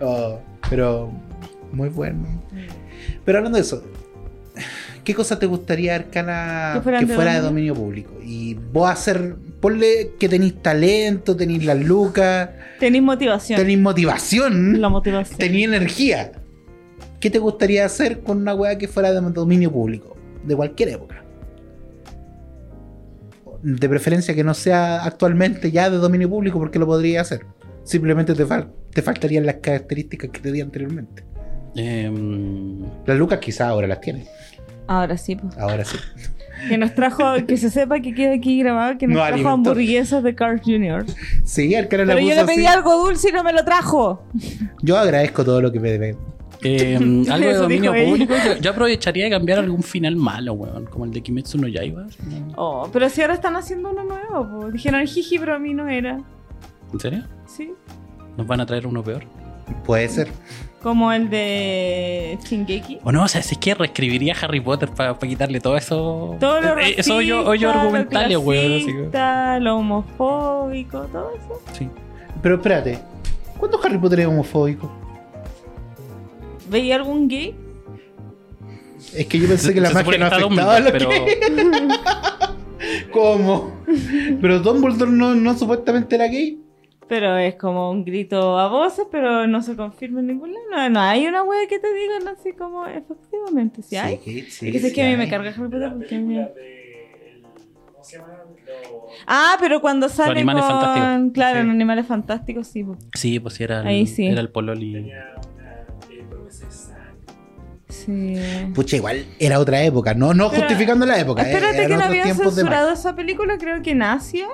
Oh, pero muy bueno. Pero hablando de eso, ¿qué cosa te gustaría, Arcana, Que que fueran fuera, de de, dominio dominio? público? Y vos hacer, ponle que tenéis talento, tenéis las lucas, Tenés motivación. tenéis motivación, La motivación. tenéis energía. ¿Qué te gustaría hacer con una weá que fuera de dominio público? De cualquier época. De preferencia que no sea actualmente ya de dominio público porque lo podría hacer. Simplemente te, fal- te faltarían las características que te di anteriormente. Em, Las lucas quizás ahora las tienes. Ahora sí, pues. Ahora sí. Que nos trajo, que se sepa que queda aquí grabado, que nos No trajo alimentó. hamburguesas de Carl Jr. Sí, al canal Pero yo abuso le así. pedí algo dulce y no me lo trajo. Yo agradezco todo lo que me deben. em, algo de Eso dijo dominio ella. público. Yo, yo aprovecharía de cambiar algún final malo, weón. Como el de Kimetsu no Yaiba. ¿En Oh, pero si ahora están haciendo uno nuevo, pues. Dijeron jiji, pero a mí no era. serio? ¿Sí? ¿Nos van a traer uno peor? Puede ser. Como el de Shingeki. O no, o sea, si es que reescribiría Harry Potter para quitarle todo eso. Todo lo eh, racista, Eso yo, hoyo argumentario, lo weón. así que- clasista, lo homofóbico, todo eso. sí. Pero espérate, ¿cuándo Harry Potter es homofóbico? ¿Veía algún gay? Es que yo pensé que Se- la se magia supone no está afectaba a lo Dumbledore, que... ¿Cómo? Pero Dumbledore no, no supuestamente era gay. Pero es como un grito a voces, pero no se confirma en ningún lado. No, no hay una wea que te digan así como efectivamente. Si hay. sí, es que sé que a mí me carga Harry Potter porque me- Ah, pero cuando sale animales con... fantásticos. Claro, Sí. en Animales Fantásticos sí. po. Sí, pues era el, Ahí sí. era el pololi. Sí. Pucha, igual era otra época. No, no Pero- justificando la época. eh, Espérate eran que no otros habían tiempos de censurado esa película, creo que en Asia.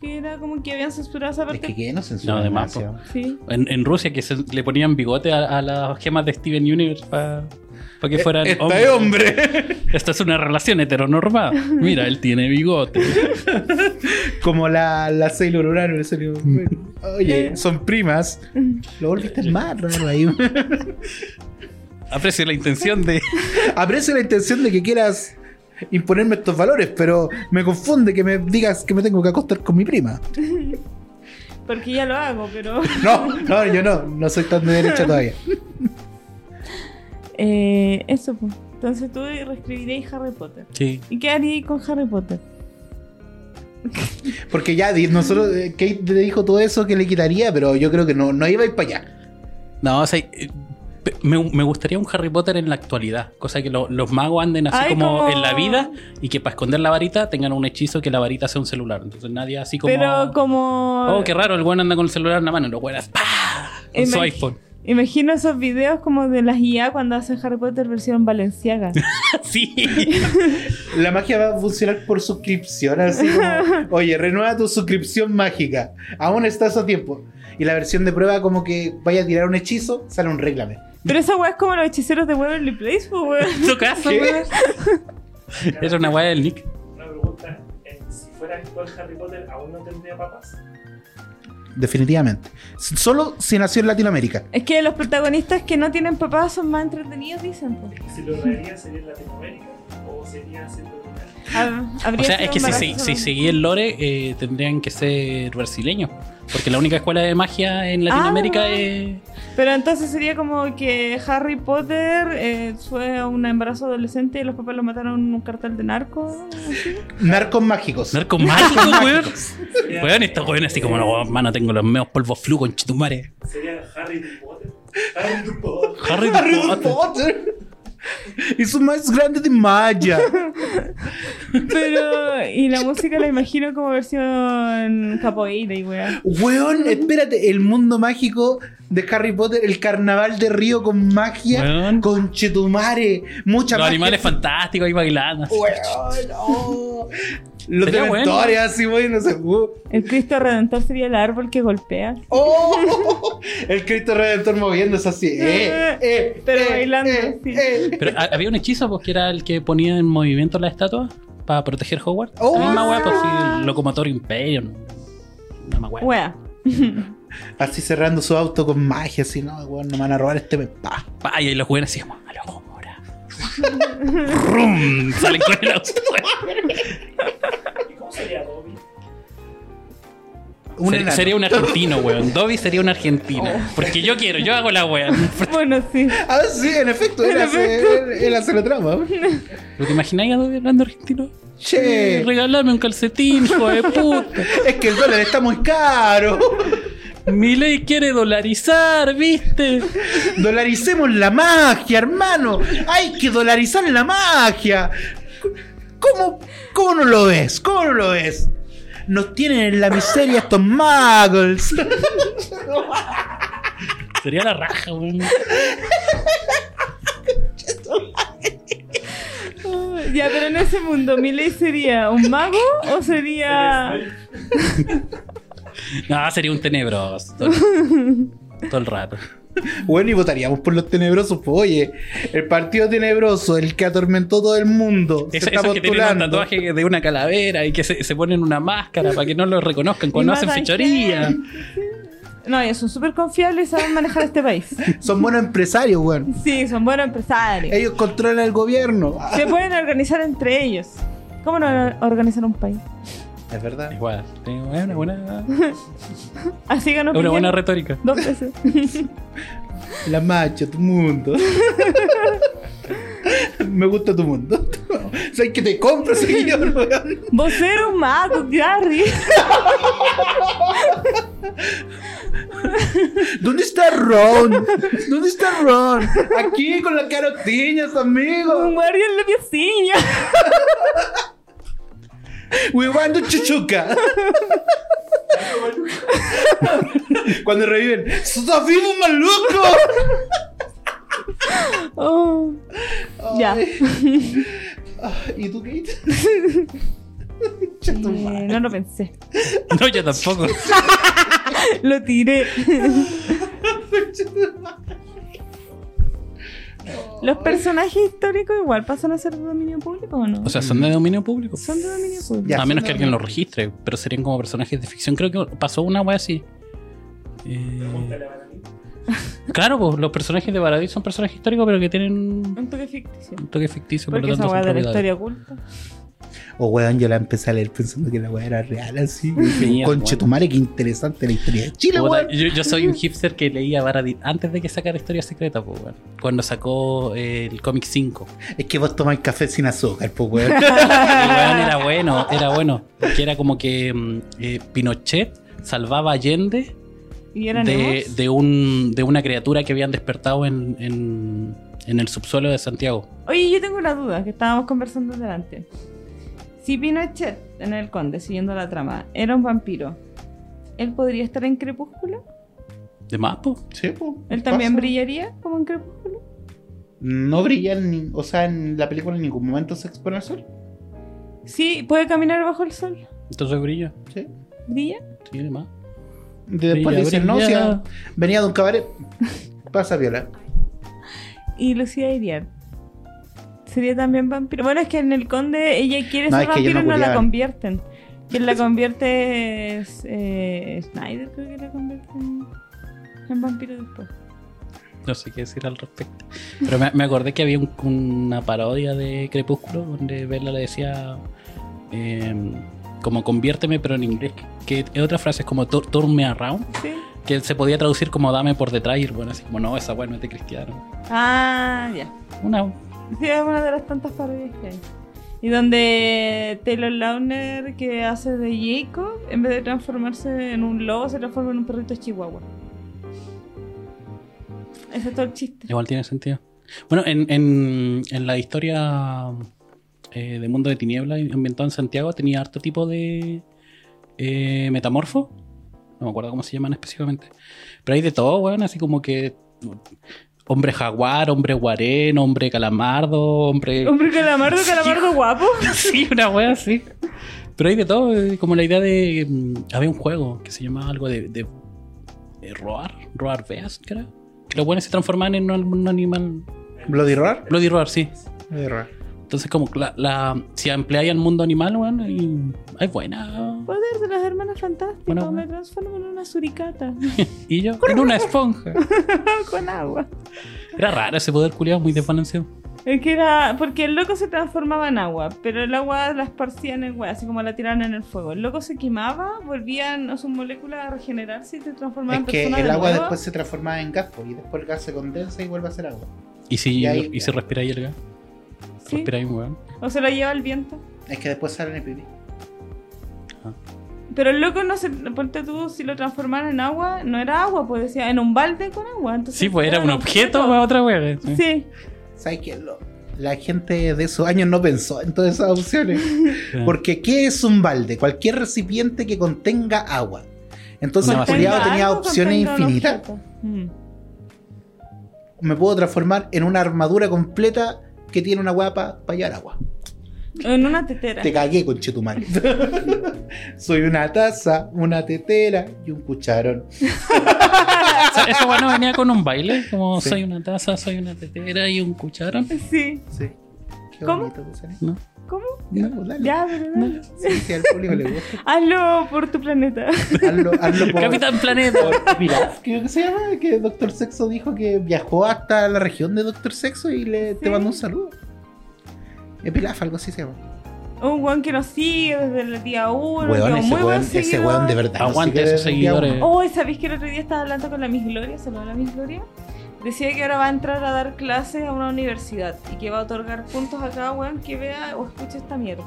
Que era como que habían censurado esa magia. Es que parte. ¿qué? no censuran No, de más, demasiado. Sí. En, en Rusia, que se, le ponían bigote a, a las gemas de Steven Universe para que fueran Esta hombres. es Eh, este hombre. Esta es una relación heteronormada. Mira, él tiene bigote. Como la, la Sailor Urano. en serio. Eh. Oye, son primas. Mm. Lo volviste más, ¿no? Ahí. Aprecio la intención de. Aprecio la intención de que quieras imponerme estos valores, pero me confunde que me digas que me tengo que acostar con mi prima. Porque ya lo hago, pero... No, no, yo no, no soy tan de derecha todavía. Eh, eso, pues. Entonces tú reescribiréis Harry Potter. Sí. ¿Y qué haríais con Harry Potter? Porque ya, di- nosotros, eh, Kate le dijo todo eso que le quitaría, pero yo creo que no, no iba a ir para allá. No, o sea, eh, pe- me, me gustaría un Harry Potter en la actualidad. Cosa que lo- los magos anden así Ay, como, como- en la vida y que para esconder la varita tengan un hechizo que la varita sea un celular. Entonces nadie así como. Pero como. Oh, qué raro, el bueno anda con el celular en la mano. Los buenas, ¡pah! Con su Imag- iPhone. Imagino esos videos como de las IA cuando hacen Harry Potter versión Valenciaga. sí. La magia va a funcionar por suscripción, así como, oye, renueva tu suscripción mágica, aún estás a tiempo. Y la versión de prueba como que vaya a tirar un hechizo, sale un réglame. Pero esa weá es como los hechiceros de Waverly Place, pues weón. ¿En tu caso, ¿Qué? weón? Era una weá del Nick. Una pregunta, eh, si fuera actual Harry Potter, ¿aún no tendría papas? Definitivamente. S- Solo si nació en Latinoamérica. Es que los protagonistas que no tienen papás son más entretenidos, dicen. pues. Si lo traería, ¿sería en Latinoamérica o sería centroamericano? Ah, O habría sea, sido es que si, embarazo si, si también. seguí el lore, eh, tendrían que ser brasileños. Porque la única escuela de magia en Latinoamérica Ah, es. Pero entonces sería como que Harry Potter eh, fue un embarazo adolescente y los papás lo mataron en un cartel de narcos. Narcos mágicos. Narco mágico, weón. Sería- Weón, estos weones así como, no, mano, tengo los meos polvos flu con chitumare. Sería Harry Potter. Harry Potter. Harry Harry Potter. Potter. Es un más grande de Maya. Pero, y la música la imagino como versión capoeira y weá. Weón, espérate, el mundo mágico de Harry Potter, el carnaval de Río con magia, Weón. con chetumare, mucha Los magia. animales fantásticos ahí bailando. así. Weón, oh. Los Sería bueno. dementores, así, weón, no sé. uh. El Cristo Redentor sería el árbol que golpea. Oh, el Cristo Redentor moviéndose así. eh, eh, Pero eh, bailando, eh, sí. eh. Pero ¿ha- había un hechizo pues, que era el que ponía en movimiento la estatua para proteger Hogwarts. Oh, la misma sí. weá, pues sí, el locomotorio Imperium. La misma weá. Weá. Así cerrando su auto con magia, así, no, weón, no me van a robar este pa. Pa, y ahí los weones así como, a lo Homora. Rum, salen con el auto. ¿Y cómo sería Dobby? Un Ser- enano. Oh. sería un argentino, weón. Dobby sería un argentino. Porque yo quiero, yo hago la weá. Bueno, sí. Ah, sí, en efecto, él, En hace, él- él hace la trama. ¿Pero te imagináis a Dobby hablando argentino? Che, Regálame un calcetín, hijo de puta. es que el dólar está muy caro. Mi ley quiere dolarizar, ¿viste? Dolaricemos la magia, hermano. Hay que dolarizar la magia. ¿Cómo, cómo no lo ves? ¿Cómo no lo ves? Nos tienen en la miseria estos muggles. Sería la raja, weón. Ah, Ya, pero en ese mundo, ¿Miley sería un mago o sería.? Sería Snape. No, sería un tenebroso. Todo, todo el rato. Bueno, y votaríamos por los tenebrosos. pues, oye, el partido tenebroso, el que atormentó todo el mundo, Eso, esos que tienen un tatuaje de una calavera y que se, se ponen una máscara para que no lo reconozcan cuando Y hacen matan fechoría. No, ellos son súper confiables y saben manejar este país. Son buenos empresarios, weón. Sí, son buenos empresarios. Ellos controlan el gobierno. Ah, Se pueden organizar entre ellos. ¿Cómo no van a organizar un país? Es verdad. Igual, es una buena, Así ganó es una buena Piñera retórica. Dos veces. La macho, tu mundo. Me gusta tu mundo. Sabes que te compro seguidor, weón. Vos eres un mago, Gary. ¿Dónde está Ron? ¿Dónde está Ron? Aquí con las carotiñas, Un amigo. Gary en la piecilla. Huevando chuchuca. Cuando reviven, ¡Está vivo, maluco! Oh. Ya. ¿Y tú, Kate? Eh, no lo pensé. No, yo tampoco. Lo tiré. ¿Los personajes históricos igual pasan a ser de dominio público o no? O sea, son de dominio público. Son de dominio público. Ya, a menos son que de- alguien los registre, pero serían como personajes de ficción. Creo que pasó una wea así. Eh, Pregúntale a Bananito. claro, pues los personajes de Baradí son personajes históricos, pero que tienen Un toque ficticio. un toque ficticio, por Porque lo esa tanto weá son de la propiedades. historia oculta. O Oh, weón, yo la empecé a leer pensando que la weá era real así. Mierda, Conche tu madre, qué interesante la historia de Chile, Puta, weón. yo, yo soy un hipster que leía Baradit antes de que sacara Historia Secreta, po, weón. cuando sacó eh, el cómic 5. Es que vos tomás café sin azúcar, pues weón. El weón era bueno, era bueno. Porque era como que mm, eh, Pinochet salvaba a Allende ¿Y eran de, emos? de un, de una criatura que habían despertado en, en- en el subsuelo de Santiago. Oye, yo tengo una duda que estábamos conversando delante. Si Pinochet, en el conde, siguiendo la trama, era un vampiro, ¿él podría estar en Crepúsculo? ¿De más, po? Sí, pues. ¿Él también pasa. brillaría como en Crepúsculo? No brilla, en ni- o sea, en la película en ningún momento se expone el sol. Sí, puede caminar bajo el sol. Entonces brilla. Sí. ¿Brilla? Sí, de más. Y después Brilla, le dicen, no, si brilla. a- venía de un cabaret, pasa viola. ¿Y Lucía Iriar? ¿Sería también vampiro? Bueno, es que en el conde ella quiere No, ser es que ellos vampiro y no no la culiaban. convierten. Quien la convierte es eh, Snyder, creo que la convierte en, en vampiro después. No sé qué decir al respecto. Pero me, me acordé que había un- una parodia de Crepúsculo donde Bella le decía eh, como conviérteme pero en inglés. Que que otra frase es como "Tur- turn me around, ¿Sí? que se podía traducir como dame por detrás y bueno, así como no, esa bueno es de cristiano. Ah, ya. Una Sí, es una de las tantas parodias que hay. Y donde Taylor Lautner, que hace de Jacob, en vez de transformarse en un lobo, se transforma en un perrito chihuahua. Ese es todo el chiste. igual tiene sentido. Bueno, en, en, en la historia eh, de Mundo de Tiniebla ambientado en Santiago tenía harto tipo de eh, metamorfo. No me acuerdo cómo se llaman específicamente. Pero hay de todo, weón. Así como que bueno, hombre jaguar, hombre guarén, hombre calamardo, hombre... Hombre calamardo, calamardo guapo. sí, una weá así. Pero hay de todo. eh, Como la idea de... mm, había un juego que se llamaba algo de... de, de roar. Roar Beast, creo. Que los buenos se transformaban en un- un animal ¿Bloody Roar? Bloody Roar, sí. Bloody Roar. Entonces, como la, la- si empleáis el mundo animal, bueno, y es buena. Poder de las hermanas fantásticas, Bueno, me bueno. transformo en una suricata Y yo, en una esponja. con agua. Era raro ese poder culiado, muy desbalanceado. Es que era. Porque el loco se transformaba en agua, pero el agua la esparcían en agua, así como la tiraban en el fuego. El loco se quemaba, volvían a sus moléculas a regenerarse y se transformaban Es en que persona el de agua nuevo. después se transformaba en gas, pues, y después el gas se condensa y vuelve a ser agua. Y si, Y y ahí- si respiráis el gas, Sí, respiráis un weón. O se lo lleva el viento. Es que después sale en el pipí. Pero el loco no se. Ponte tú, si lo transformaran en agua, no era agua, pues decía en un balde con agua. Entonces, Sí, pues era un objeto para otra weón. Sí. ¿Sabes qué? Lo- la gente de esos años no pensó en todas esas opciones. Porque ¿qué es un balde? Cualquier recipiente que contenga agua. Entonces Una el vasija. culiado Tenga tenía algo, opciones contenga un infinitas. objeto. Mm. Me puedo transformar en una armadura completa que tiene una guapa para llevar agua. En una tetera. Te cagué, conchetumare. Soy una taza, una tetera y un cucharón. O sea, Esa weón venía con un baile, como Sí. soy una taza, soy una tetera y un cucharón. Sí. Sí. Qué ¿Cómo? bonito que suena. ¿No? ¿Cómo? Ya, pues, dale. Ya, pero dale. Sí, sí, al público le gusta. Hazlo por tu planeta. Hazlo, hazlo por- Capitán Planeta. por Pilar, creo que se llama, que Doctor Sexo dijo que viajó hasta la región de Doctor Sexo y le, te Sí. mandó un saludo. Es Pilaf, algo así se llama. Un weón que nos sigue desde el día uno. que es muy buen seguidor. verdad. no Aguante sé qué esos es, seguidores. ya, Hoy, ¿sabéis que el otro día estaba hablando con la Miss Gloria? Saludos a la Miss Gloria. Decía que ahora va a entrar a dar clases a una universidad y que va a otorgar puntos a cada weón que vea o escuche esta mierda.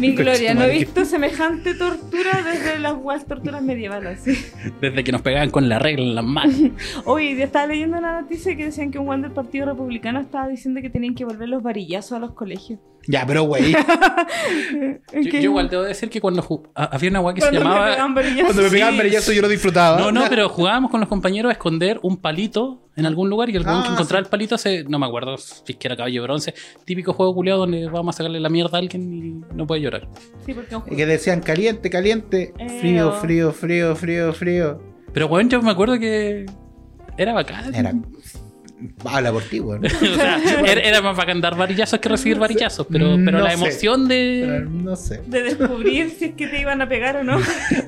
Miss Gloria, no he visto semejante tortura desde las weas torturas medievales. sí. Desde que nos pegaban con la regla en las manos. Hoy día estaba leyendo una noticia que decían que un weón del Partido Republicano estaba diciendo que tenían que volver los varillazos a los colegios. Ya, pero güey, Yo, yo igual debo decir que cuando ju- a- había una weá que se Cuando me llamaba. pegaban varillazos. cuando me pegaban Sí. perillazo yo lo disfrutaba. No, no, pero jugábamos con los compañeros a esconder un palito en algún lugar y el weón Ah, que encontraba el palito se. No me acuerdo si es que era caballo de bronce. Típico juego culiado donde vamos a sacarle la mierda a alguien y no puede llorar. Sí, porque un Y juego. Que decían caliente, caliente, Eh, frío, oh. frío, frío, frío, frío. Pero weón, yo me acuerdo que. Era bacán. Era. Habla por ti, güey. O sea, era, era más bacán dar varillazos que recibir varillazos, pero, pero No la sé. emoción Pero de. No sé. de descubrir si es que te iban a pegar o no.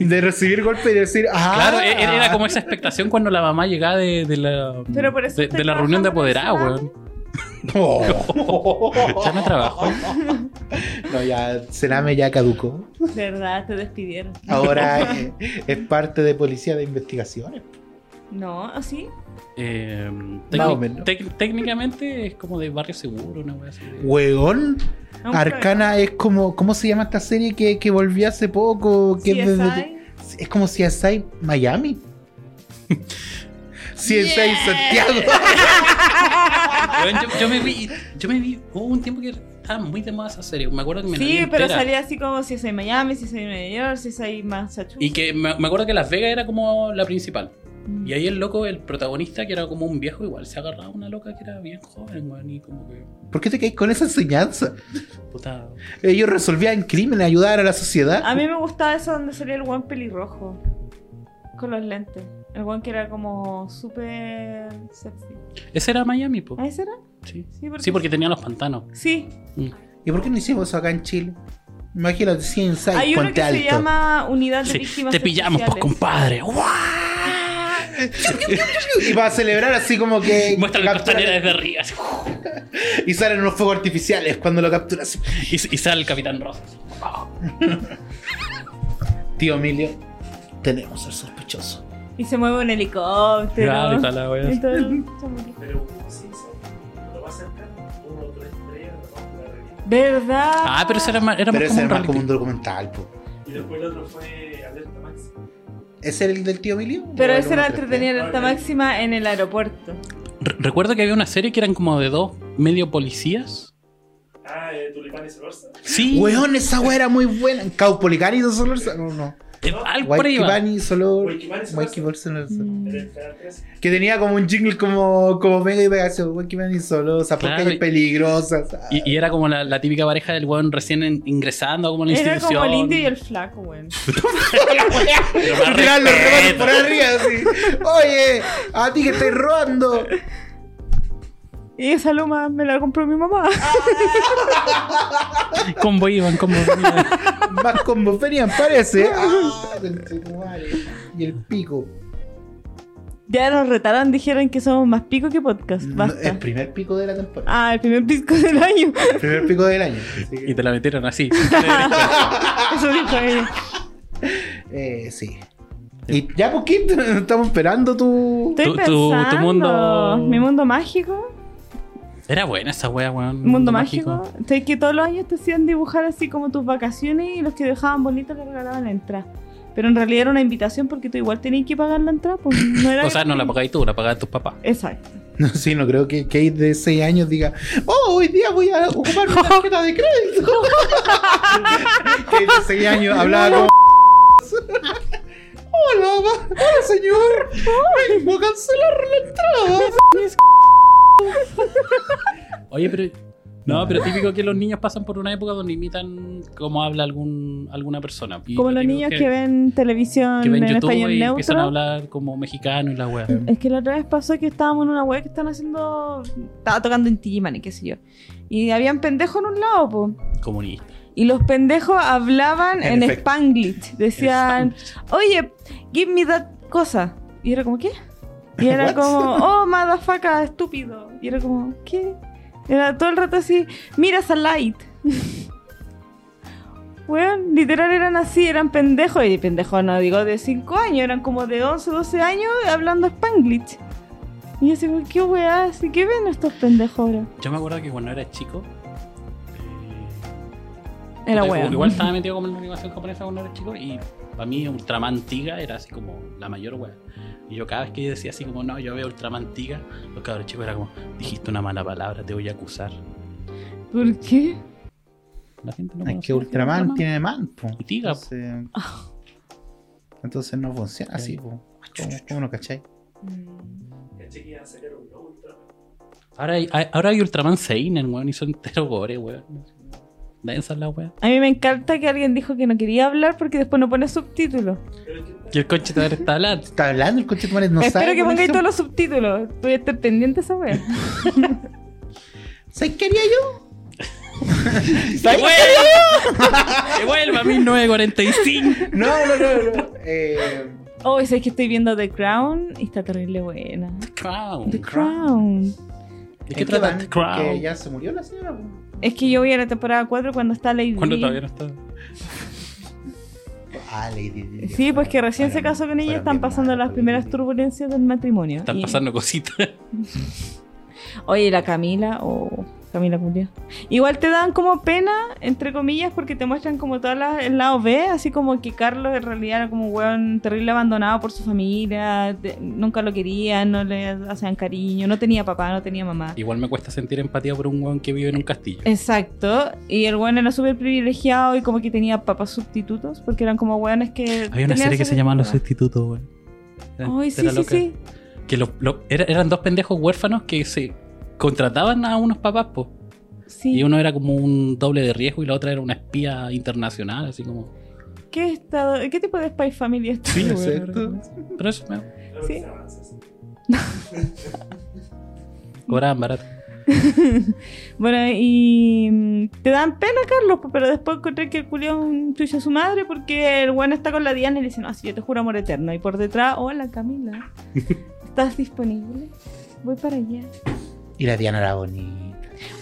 De recibir golpe y decir, ah. Claro, e- era, como esa expectación cuando la mamá llegaba de, de la, Pero por eso de, estoy de la reunión de trabajando en apoderados, ese weón. Ya no trabajo. No, ya, Sename ya caducó. De verdad, te despidieron. Ahora eh, es parte de policía de investigaciones. No, ¿sí? Eh, Más o técnic- menos. tec- técnicamente es como de barrio seguro, una wea así. de- Weón, Aunque- Arcana es como. ¿Cómo se llama esta serie que, que volvió hace poco? Que es, desde- CSI. es como CSI Miami. CSI Yeah. Santiago. Weón, yo, yo me vi, yo me vi, hubo un tiempo que estaba muy de moda esa serie. Me acuerdo que me la vi Sí, pero entera. salía así como si es en Miami, si es en Nueva York, si es en Massachusetts. Y que me, me acuerdo que Las Vegas era como la principal. Mm. Y ahí el loco, el protagonista, que era como un viejo, igual se agarraba a una loca que era bien joven, weón, y como que. ¿Por qué te caes con esa enseñanza? Puta. Ellos resolvían crímenes, ayudar a la sociedad. A mí me gustaba eso donde salía el guan pelirrojo. Con los lentes. El guan que era como súper sexy. Ese era Miami, po. ¿Ah, ese era? Sí. Sí, porque... Sí, porque tenía los pantanos. Sí. ¿Y por qué no hicimos eso acá en Chile? Imagínate, CSI, hay uno Puente que se Alto. llama Unidad de Sí. Víctimas Te pillamos, pues, Especiales. compadre. ¡Guau! Y va a celebrar así como que. Muestra la capturan- costanera desde arriba. así. Y salen unos fuegos artificiales cuando lo capturas. Y, y sale el Capitán Rosa. así. Tío Emilio, tenemos al sospechoso. Y se mueve un helicóptero. Claro, y tal, la wea. Y todo el- Pero sí, sí, lo más cercano, uno, dos, tres, lo más una realidad. ¿Verdad? Ah, pero eso era más, era Pero más ese como es un más reality. como un documental, po. Y después el otro fue Alerta Max. ¿Es el del tío Emilio? Pero ¿O el ese era 133? entretenido en alta máxima en el aeropuerto. Re- Recuerdo que había una serie que eran como de dos medio policías. Ah, eh, Tulipán y Solorza. Sí. Weón, esa weá era muy buena. Caupolicani y Solorza. No, no. Eh, algo por ahí Mm. iba. Guayquipani, Solor. Guayquipani, Solorza. Guayquipani, Solorza. Mm. En el canal 13. Que tenía como un jingle como, como mega y pegación. Guayquipani, Solorza. Porque Claro, hay y- peligrosas. Y, y era como la, la típica pareja del weón recién en- ingresando como a la Era institución. como el indio y el flaco, weón. Pero Tirar los respeto. remates por arriba así. Oye, a ti que estoy robando. Y esa loma me la compró mi mamá. Combo Iván, combo Iván. Más combo venían, parece. Ah, conchetumare. y el pico. Ya nos retaron, dijeron que somos más pico que podcast. No, Basta. eh, el primer pico de la temporada. Ah, el primer pico del año. El primer pico del año. Así que, Ah. Y te la metieron así. Eso dijo ella. eh, sí. Y ya poquito, estamos esperando tu. Estoy Tu- tu- tu pensando. mundo- Mi mundo mágico. Era buena esa wea, weón. El mundo mágico. Entonces, que todos los años te hacían dibujar así como tus vacaciones y los que dejaban bonito te regalaban la entrada. Pero en realidad era una invitación porque tú igual tenías que pagar la entrada. Pues no era O sea, no la pagáis tú, la pagaban tus papás. Exacto. No, sí, no creo que Kate de 6 años diga, oh, hoy día voy a ocupar mi tarjeta de crédito. Kate de 6 años hablaba como. Hola, ma- hola señor. Vengo a cancelar la entrada. Oye, pero. No, pero típico que los niños pasan por una época donde imitan cómo habla algún, alguna persona. Y Como los típico niños que, ven televisión que ven en YouTube español y empiezan a neutro. hablar como mexicano y la wea. Es que la otra vez pasó que estábamos en una web que están haciendo. Estaba tocando en Digimon y qué sé yo. Y habían pendejos en un lado, po. Comunista. Y los pendejos hablaban En en, efecto. Spanglish. Decían, oye, give me that cosa. Y era como, ¿qué? Y era What? como, oh, motherfucker, estúpido. Y era como, ¿qué? Era todo el rato así, mira esa light. Weón, literal eran así, eran pendejos. Y pendejos no digo de 5 años, eran como de 11, 12 años hablando Spanglish. Y yo así, como, ¿qué weá? Así, ¿Qué ven estos pendejos ahora? Yo me acuerdo que cuando era chico. Era puta, weón. Igual estaba metido como en la animación japonesa cuando era chico y para mí Ultraman Tiga era así como la mayor wea. Y yo cada vez que decía así como, no, yo veo Ultraman Tiga, los cabros chicos era como, dijiste una mala palabra, te voy a acusar. ¿Por qué? La gente no Es conocía que Ultraman tiene man, po. Y tiga, po. Entonces, entonces no funciona así, po. ¿Cómo, cómo no cachai? Caché que iban a sacar un nuevo Ultraman. Ahora hay, hay- ahora hay Ultraman Seinen, weón, y son entero gore, weón. Densa la wea. A mí me encanta que alguien dijo que no quería hablar porque después no pone subtítulos. Pero es Y que el coche te está hablando. Está hablando el coche de no Espero sabe. que pongáis conexión. todos los subtítulos. Voy a estar pendiente de esa wea. ¿Sabes qué haría yo? ¡Que vuelva! ¡Que vuelva 1945! No, no, no, no. Eh, Oh, es que estoy viendo The Crown y está terrible buena. Crown. The Crown. ¿De qué ¿En trata Este van? The Crown? Que ya se murió la señora. po. Es que yo voy a la temporada 4 cuando está Lady Cuando Di. todavía no está. Ah, Lady Di. Sí, pues que Ah, recién se Fueron- casó con ella, fueron están bien pasando malos las con primeras Lady Di. turbulencias del matrimonio. Están Y- pasando cositas. Oye, la Camila, o Camila Curia. Igual te dan como pena, entre comillas, porque te muestran como todo el lado B, así como que Carlos en realidad era como un weón terrible abandonado por su familia, te- nunca lo querían, no le hacían cariño, no tenía papá, no tenía mamá. Igual me cuesta sentir empatía por un weón que vive en un castillo. Eh, Exacto, y el weón era súper privilegiado y como que tenía papás sustitutos, porque eran como weones que... Había una tenían serie que se sobre- llamaba Los Sustitutos, weón. Era- Ay, sí, era sí, loca. sí. Que lo- lo- era- eran dos pendejos huérfanos que se contrataban a unos papás, po. Sí. Y uno era como un doble de riesgo y la otra era una espía internacional, así como. ¿Qué, estado, ¿Qué tipo de Spy Family es este Sí, Sí, weón, exacto. era- Pero eso me Claro que Sí. se avanza, sí. cobraban barato. Bueno, y mm, te dan pena, Carlos, pues, pero después encontré que el culión chucha a su madre porque el bueno está con la Diana y le dice, no, si yo te juro amor eterno. Y por detrás, hola Camila, ¿estás disponible? Voy para allá. Y la Diana era bonita.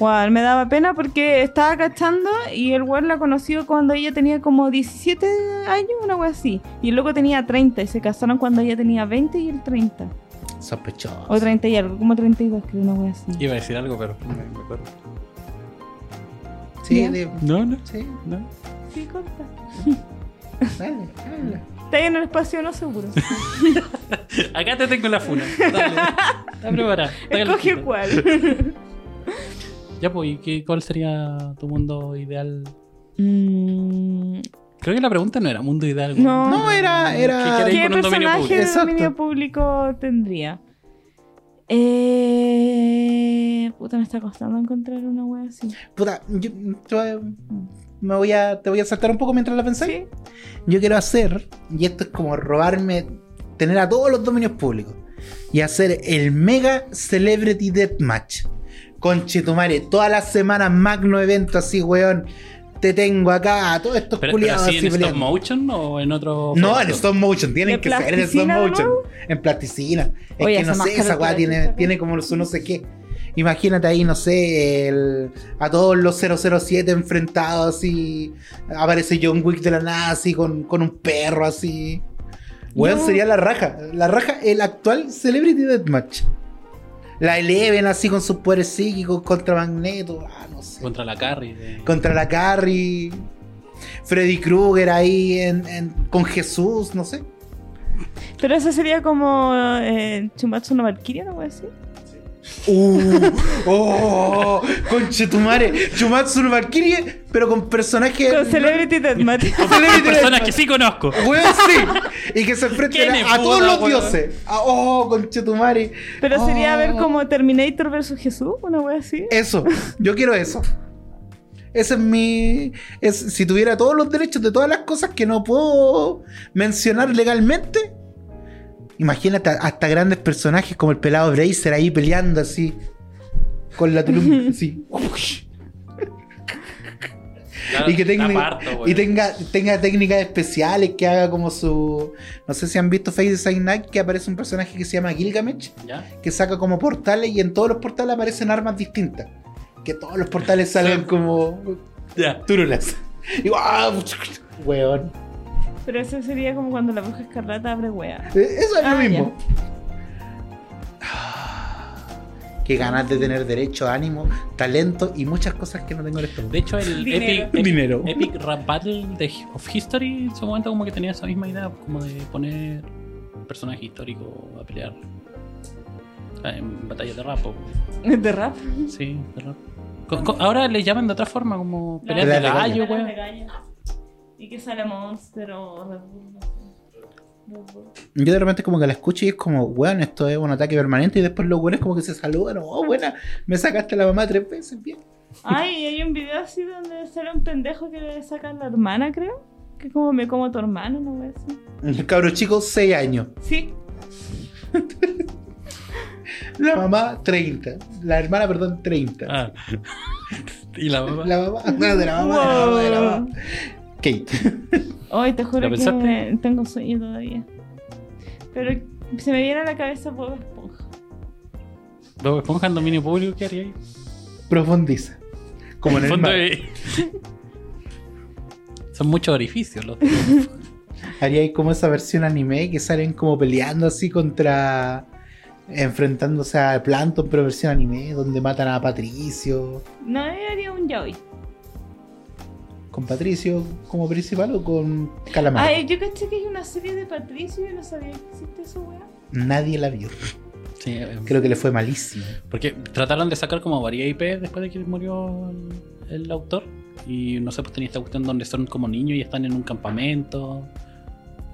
Guau, me daba pena porque estaba cachando y el weón la conoció cuando ella tenía como 17 años, una wea así. Y el loco tenía 30 y se casaron cuando ella tenía 20 y él 30. Sospechosa. O 30 y algo, como 32 creo, una wea así. Iba a decir algo, pero no me acuerdo. Sí, Ya. de- No, no, sí, no. Sí, corta. dale, dale. Está en el espacio no seguro. Acá te tengo la funa. Dale. Está preparada. Está Escoge calentita. cuál. Ya, pues, ¿y qué- cuál sería tu mundo ideal? Mm, Creo que la pregunta no era mundo ideal. weón. No. No, era. ¿Qué era queréis? ¿Qué con un dominio personaje público. de Exacto. dominio público tendría? Eh, puta, me está costando encontrar una wea así. Puta, yo, yo- me voy a, te voy a saltar un poco mientras la pensáis. Sí. Yo quiero hacer, y esto es como robarme, tener a todos los dominios públicos y hacer el mega celebrity deathmatch. Conchetumare, todas las semanas magno evento así, weón. Te tengo acá a todos estos Pero, pero culiados así en así stop peleando. motion o en otro. No, en formato? stop motion, tienen ¿De que ser en stop plasticina de motion. nuevo? En plasticina. Es Oye, que no esa sé, máscara esa weá está tiene, bonita. tiene como su no sé qué. Imagínate ahí, no sé, el- a todos los 007 enfrentados así. Aparece John Wick de la nada así con, con un perro así. Weón, Yo- sería la raja. La raja, el actual Celebrity Deathmatch. La Eleven así con sus poderes psíquicos contra Magneto. Ah, no sé Contra la Carrie. de- contra la Carrie, Freddy Krueger ahí en- en- con Jesús, no sé. Pero eso sería como eh, Chumatsu no Valkyria, ¿no voy a decir? ¡Uh! ¡Oh! ¡Conchetumare! Chumatsu no Valkyrie, pero con personaje. Con Celebrity Deathmatch. con celebrity Personas de- que sí conozco. Weón, sí. Y que se enfrenten ¿Quién es a, a todos puta, los weón? dioses. Ah, ¡Oh, conchetumare! Pero sería Oh. ver como Terminator versus Jesús, una wea así. Eso, yo quiero eso. Ese es mi. es- si tuviera todos los derechos de todas las cosas que no puedo mencionar legalmente, imagínate a- hasta grandes personajes como el pelado Bracer ahí peleando así. Con la tulum, así. La- Y que tenga, la parto, weón. y tenga, tenga técnicas especiales que haga como su. No sé si han visto Face Design Night que aparece un personaje que se llama Gilgamesh. ¿Ya? que saca como portales y en todos los portales aparecen armas distintas. Que todos los portales salgan como Ya. túrulas. Y ¡guau! Weón. Pero eso sería como cuando la bruja escarlata abre wea. Eh, Eso es Ah, lo mismo. Qué ganas de tener derecho, ánimo, talento y muchas cosas que no tengo en este mundo. De hecho, el Dinero. Epic, Epic- Dinero. Epic Rap Battle de, of History en su momento como que tenía esa misma idea, como de poner personajes históricos a pelear Ah, en batallas de rap. po. De rap. Sí, de rap. Co- co- ahora le llaman de otra forma, como peleas Pelea de de gallo. gallo, Para las weón. medallas. Y que sale Monster o Red Bull, no sé. Red Bull. Yo de repente como que la escucho y es como, weón, esto es un ataque permanente y después los weones como que se saludan, oh, buena, me sacaste la mamá tres veces, bien. Ay, hay un video así donde sale un pendejo que le sacan la hermana, creo. Que como me como tu hermano, no voy así. El cabro chico, 6 años. Sí, La mamá, 30. La hermana, perdón, 30. Ah. y la mamá. La mamá, no, de la mamá, de Ah, la mamá, de la mamá. Kate. Hoy te ¿Lo juro que pensaste? me- tengo sueño todavía. Pero se me viene a la cabeza Bob Esponja. Bob Esponja en dominio público, ¿qué haría ahí? Profundiza. Como en el Fondo mar. de- Son muchos orificios los Haría ahí como esa versión anime que salen como peleando así contra. enfrentándose a Plankton, pero versión anime, donde matan a Patricio. No, yo haría un yaoi. ¿Con Patricio como principal o con Calamar? Ay, yo caché que hay una serie de Patricio y yo no sabía que existe esa weá. Nadie la vio. Sí, eh, Creo que le fue malísimo. Porque trataron de sacar como varias IP después de que murió el, el autor. Y no sé, pues tenía esta cuestión donde son como niños y están en un campamento.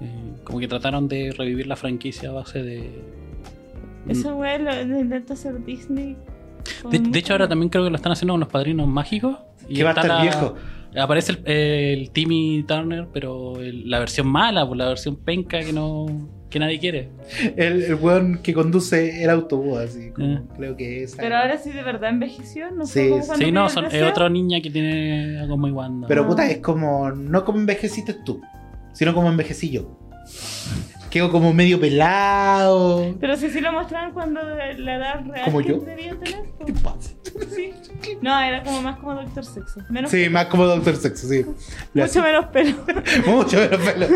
Eh, como que trataron de revivir la franquicia a base de. Esa weá lo lo intenta hacer Disney. con Mm. De, de mucho- hecho, ahora también creo que lo están haciendo con los padrinos mágicos. Que va a está estar la- viejo. Aparece el, el Timmy Turner, pero el- la versión mala, pues, la versión penca que no que nadie quiere. El, el weón que conduce el autobús, así. como Eh. Creo que es. Pero ahora sí de verdad envejeció, no Sí, sé cómo cuando sí, no, pidió el son- es deseo. otra niña que tiene algo muy guanda. Pero Ah. puta, es como. No como envejeciste tú, sino como envejecí yo. Quedo como medio pelado. Pero si sí lo mostraban cuando la edad real ¿Como que yo? debía tener. pues, ¿Qué pasa? sí. No, era como más como Doctor Sexo. Menos Sí, pelo. más como Doctor Sexo, sí. Le Mucho menos pelo. hace- mucho menos pelo.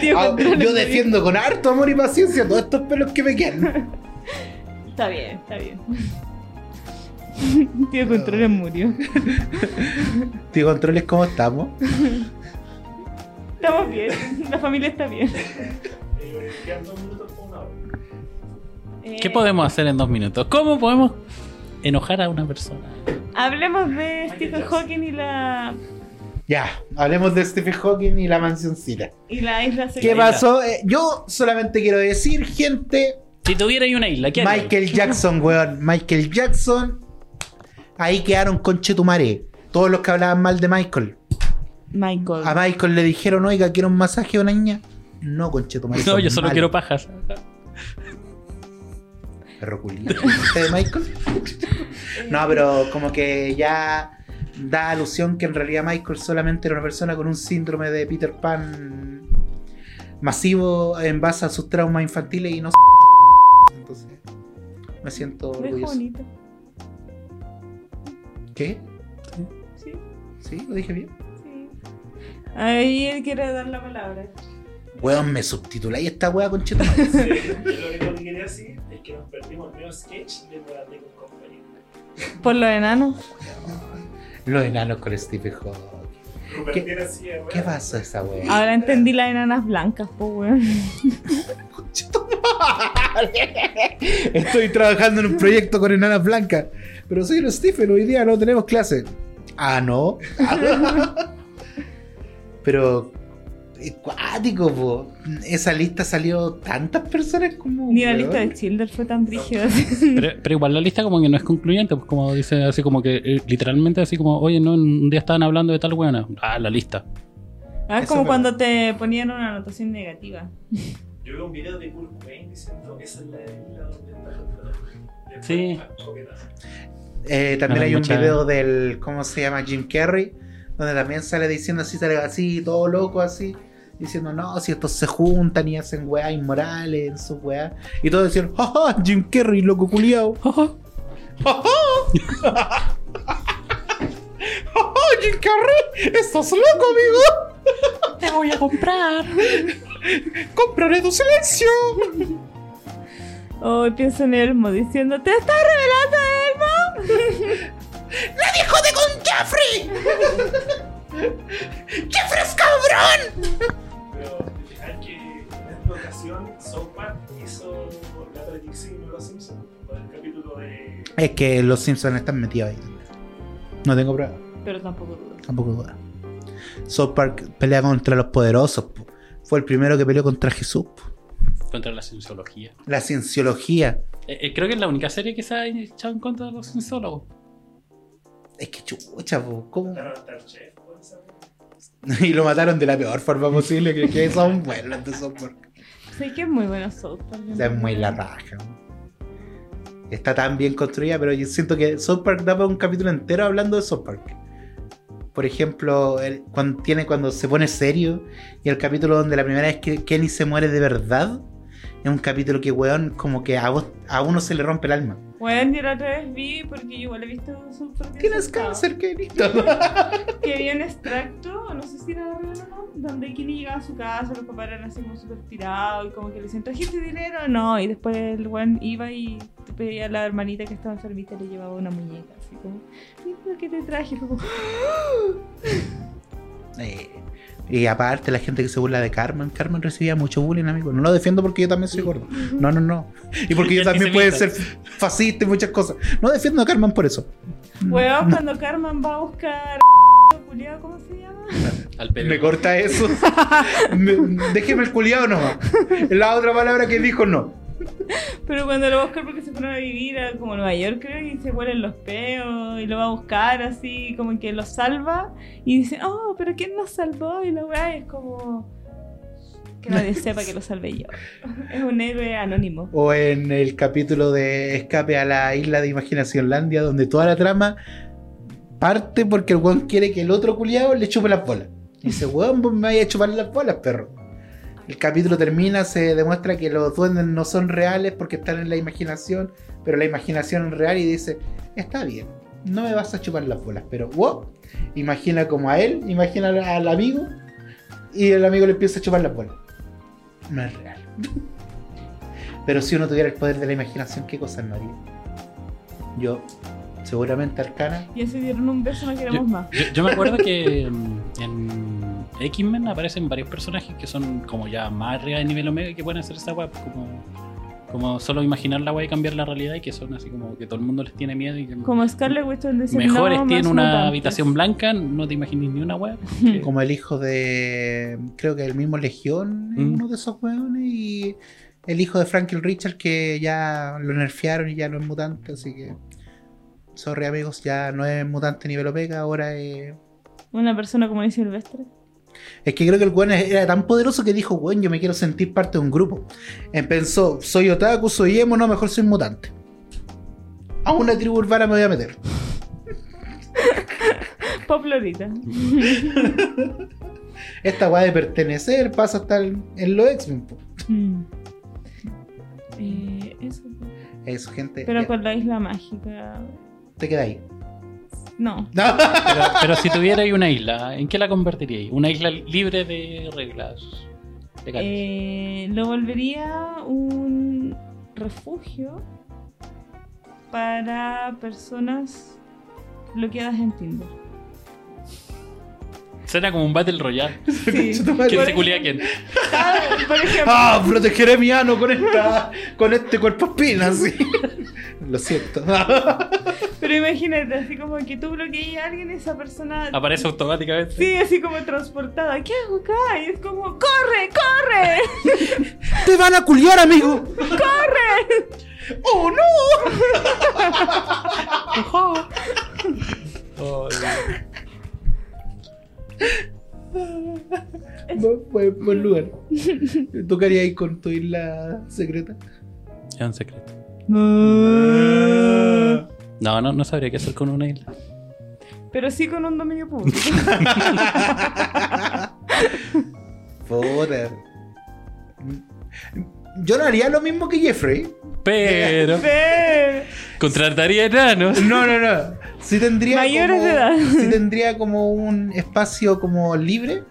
Tío, Ah, control yo el defiendo con harto amor y paciencia todos estos pelos que me quedan. COVID. Está bien, está bien. Tío Ah. Controles murió. Tío, controles cómo estamos. Estamos bien, la familia está bien. Eh, quedan dos minutos por una hora. ¿Qué Eh, podemos hacer en dos minutos? ¿Cómo podemos enojar a una persona? Hablemos de Stephen Hawking y la, Ya, hablemos de Stephen Hawking y la mansioncita. y la isla secreta. ¿Qué pasó? Eh, yo solamente quiero decir, gente, Si tuvierais una isla, ¿qué haríais? Michael Jackson, weón. Michael Jackson. Ahí quedaron conchetumare. Todos los que hablaban mal de Michael. Michael. A Michael le dijeron, oiga, quiero un masaje o una niña. No, conchetumare. No, son yo solo malos. quiero pajas. Perro culiao. ¿Usted, Michael? no, pero como que ya da alusión que en realidad Michael solamente era una persona con un síndrome de Peter Pan masivo en base a sus traumas infantiles y no. Entonces, me siento Me dejó orgulloso. bonito. ¿Qué? Sí, ¿Sí? ¿Lo dije bien? sí. Ahí él quiere dar la palabra. Weón, me subtituláis esta weá con cheto. Sí, yo lo único que quería decir es que nos perdimos el medio sketch de Morateco Company. Por los enanos. Los enanos con Stephen Hawking. Lo perdí en la silla, weón. ¿Qué pasó esa weá? Ahora entendí las enanas blancas, pues, weón. Estoy trabajando en un proyecto con enanas blancas. Pero soy el Stephen, hoy día no tenemos clase. Ah, no. pero. es Cuático, po. Esa lista salió tantas personas como. Ni la weón. lista de Childer fue tan brígida. Pero, pero igual la lista como que no es concluyente, pues como dice así como que eh, literalmente así como, oye, no, un día estaban hablando de tal buena. Ah, la lista. Ah, es Eso como es cuando te ponían una anotación negativa. Yo vi un video de Kurt Cobain diciendo que esa es la isla donde está la de- Sí. Ah, coquetazo. Eh, también No, hay un mucha- video del, ¿cómo se llama? Jim Carrey, donde también sale diciendo así, sale así, todo loco así, diciendo, no, si estos se juntan y hacen weá inmorales en sus weá. Y todos decían, jaja, Jim Carrey, loco culiao. Ojo. ¡Jaja! ¡Jaja, Jim Carrey! ¡Estás loco, amigo! Te voy a comprar. ¡Compraré tu silencio! Hoy pienso en Elmo diciendo, ¡Te estás revelando, ¡La dijo de con Jeffrey! ¡Jeffrey es cabrón! Pero te fijas que en esta ocasión South Park hizo la predicción de los Simpsons para el capítulo de. Es que los Simpsons están metidos ahí. No tengo pruebas. Elmo! Pero tampoco dudo. Tampoco duda. South Park pelea contra los poderosos. po. Fue el primero que peleó contra Jesús. po. Contra la cienciología. La cienciología. Eh, eh, creo que es la única serie que se ha echado en contra de los cienciólogos. Es que chucha, po, ¿cómo? Claro, hasta el chef, puede ser. Y lo mataron de la peor forma posible. Que, que son buenos de South Park. Sé que es muy bueno South Park. O sea, es muy la raja. po. Está tan bien construida, pero yo siento que South Park da para un capítulo entero hablando de South Park. Por ejemplo, el- cuando, tiene cuando se pone serio y el capítulo donde la primera vez que Kenny se muere de verdad Es un capítulo que, weón, como que a, vos, a uno se le rompe el alma. Bueno, yo la otra vez vi, porque yo igual he visto su propio Tienes resultado, cáncer, querido. Que había un extracto, no sé si era real o no, donde Kenny llegaba a su casa, los papás eran así como súper tirados, y como que le decían, ¿trajiste dinero? No, y después el weón iba y te pedía a la hermanita que estaba enfermita, le llevaba una muñeca, así como, mira lo que te traje, y fue como, "¡Ah!". Eh, y aparte, la gente que se burla de Carmen. Carmen recibía mucho bullying, amigo. No lo defiendo porque yo también soy gordo. No, no, no. Y porque yo también puedo ser fascista y muchas cosas. No defiendo a Carmen por eso. weón, cuando Carmen va a buscar culiao, ¿cómo se llama? Al pelo. Me corta eso. Me- déjeme el culiado nomás. La otra palabra que dijo no. Pero cuando lo va a buscar porque se fueron a vivir a como Nueva York, creo, y se vuelven los peos, y lo va a buscar así, como que lo salva, y dice, oh, pero ¿quién nos salvó? Y la weá es como... Que nadie sepa que lo salvé yo. Es un héroe anónimo. O en el capítulo de Escape a la isla de Imaginación Landia, donde toda la trama parte porque el weón quiere que el otro culiado le chupe las bolas. Y dice, weón, vos me vayas a chupar las bolas, perro. El capítulo termina, se demuestra que los duendes no son reales porque están en la imaginación, pero la imaginación es real y dice, está bien, no me vas a chupar las bolas, pero wow, imagina como a él, imagina al amigo y el amigo le empieza a chupar las bolas. No es real. Pero si uno tuviera el poder de la imaginación, ¿qué cosas no haría? Yo, seguramente Arcana. Ya se dieron un beso, no queremos más. Yo, yo me acuerdo que mm, en X-Men aparecen varios personajes que son como ya más arriba de nivel omega y que pueden hacer esa web como, como solo imaginar la web y cambiar la realidad y que son así como que todo el mundo les tiene miedo y que Como Scarlett Weston decía, mejores no, tienen más una mutantes. habitación blanca, no te imagines ni una web. como el hijo de. Creo que el mismo Legión, es Mm. uno de esos hueones, y el hijo de Franklin Richard, que ya lo nerfearon y ya no es mutante, así que. Sorry amigos, ya no es mutante nivel Omega, ahora es. Una persona como dice Silvestre. Es que creo que el weón era tan poderoso que dijo, weón, yo me quiero sentir parte de un grupo. Eh, Pensó, soy otaku, soy emo, no, mejor soy mutante. A una tribu urbana me voy a meter. Poplorita. Esta weá de pertenecer pasa hasta el- en los X-Men. po. Mm. Eh, eso. pues. Eso, gente. Pero ya, con la isla mágica. Te queda ahí. No. Pero, pero si tuvierais una isla, ¿en qué la convertiríais? Una isla libre de reglas legales. Eh, lo volvería un refugio para personas bloqueadas en Tinder. Será como un Battle Royale. Sí. Concha tu madre. ¿Quién Por se culea a quién? ¿Sabes? Por ejemplo, ¡Ah! Protegeré mi ano con esta. con este cuerpo espina, sí. Lo siento. pero imagínate, así como que tú bloqueas a alguien y esa persona... Aparece automáticamente. Sí, así como transportada. ¿Qué hago acá? Y es como, ¡corre, corre! ¡Te van a culiar, amigo! ¡Corre! ¡Oh no! Oh, Bu- Buen, buen lugar. Tocaría ir con tu isla secreta. es un secreto. No, no, no sabría qué hacer con una isla. Pero sí con un dominio público. Puta. Yo no haría lo mismo que Jeffrey. Pero Ve. contrataría enanos. No, no, no. Sí tendría Mayores como, de edad. sí tendría como un espacio como libre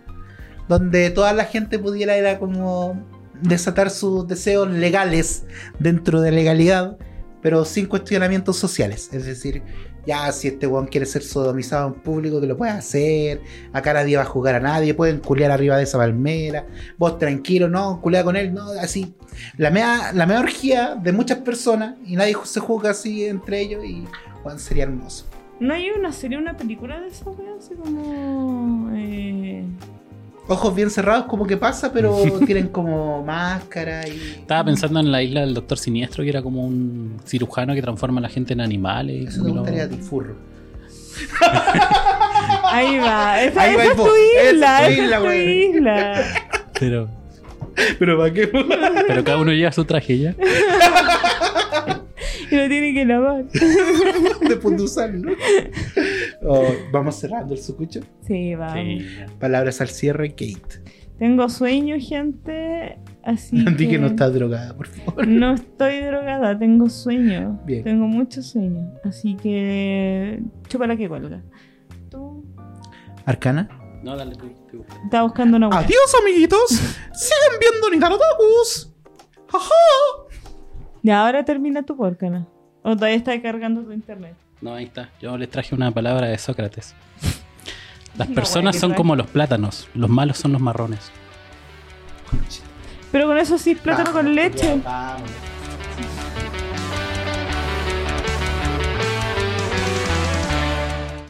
donde toda la gente pudiera era como desatar sus deseos legales dentro de legalidad, pero sin cuestionamientos sociales. Es decir, ya si este weón quiere ser sodomizado en público, que lo pueda hacer. Acá nadie va a jugar a nadie, pueden culear arriba de esa palmera. Vos tranquilo, no, culea con él, no, así. La mea, la mea orgía de muchas personas y nadie ju- se juzga así entre ellos y weón, sería hermoso. ¿No hay una serie, una película de esa wea? Así como... Eh... ojos bien cerrados como que pasa, pero tienen como máscara y... Estaba pensando en la isla del Doctor Siniestro, que era como un cirujano que transforma a la gente en animales. Eso te como gustaría a lo- ti, furro. Ahí va, esa, Ahí va esa el es bo- tu esa es isla, tu esa isla, es tu güey. isla. Pero, Pero ¿para qué? pero cada uno lleva su traje ya. Y lo tiene que lavar. Después de usarlo. Oh, vamos cerrando el sucucho. Sí, va. Sí. Palabras al cierre, Kate. Tengo sueño, gente. Así Di que no estás drogada, por favor. No estoy drogada, tengo sueño. Bien. Tengo mucho sueño. Así que. Chúpala que cuelga. Tú. ¿Arcana? No, dale tú. tú. Estaba buscando Ah, una wea. Adiós, amiguitos. Sigan viendo Nintendo Tokus. Ajá. Y ahora termina tu porcana. O todavía está cargando tu internet. No, ahí está. Yo les traje una palabra de Sócrates. Las Una personas buena que son trae. como los plátanos. Los malos son los marrones. Ah, Pero con eso sí, plátano con leche. Vamos.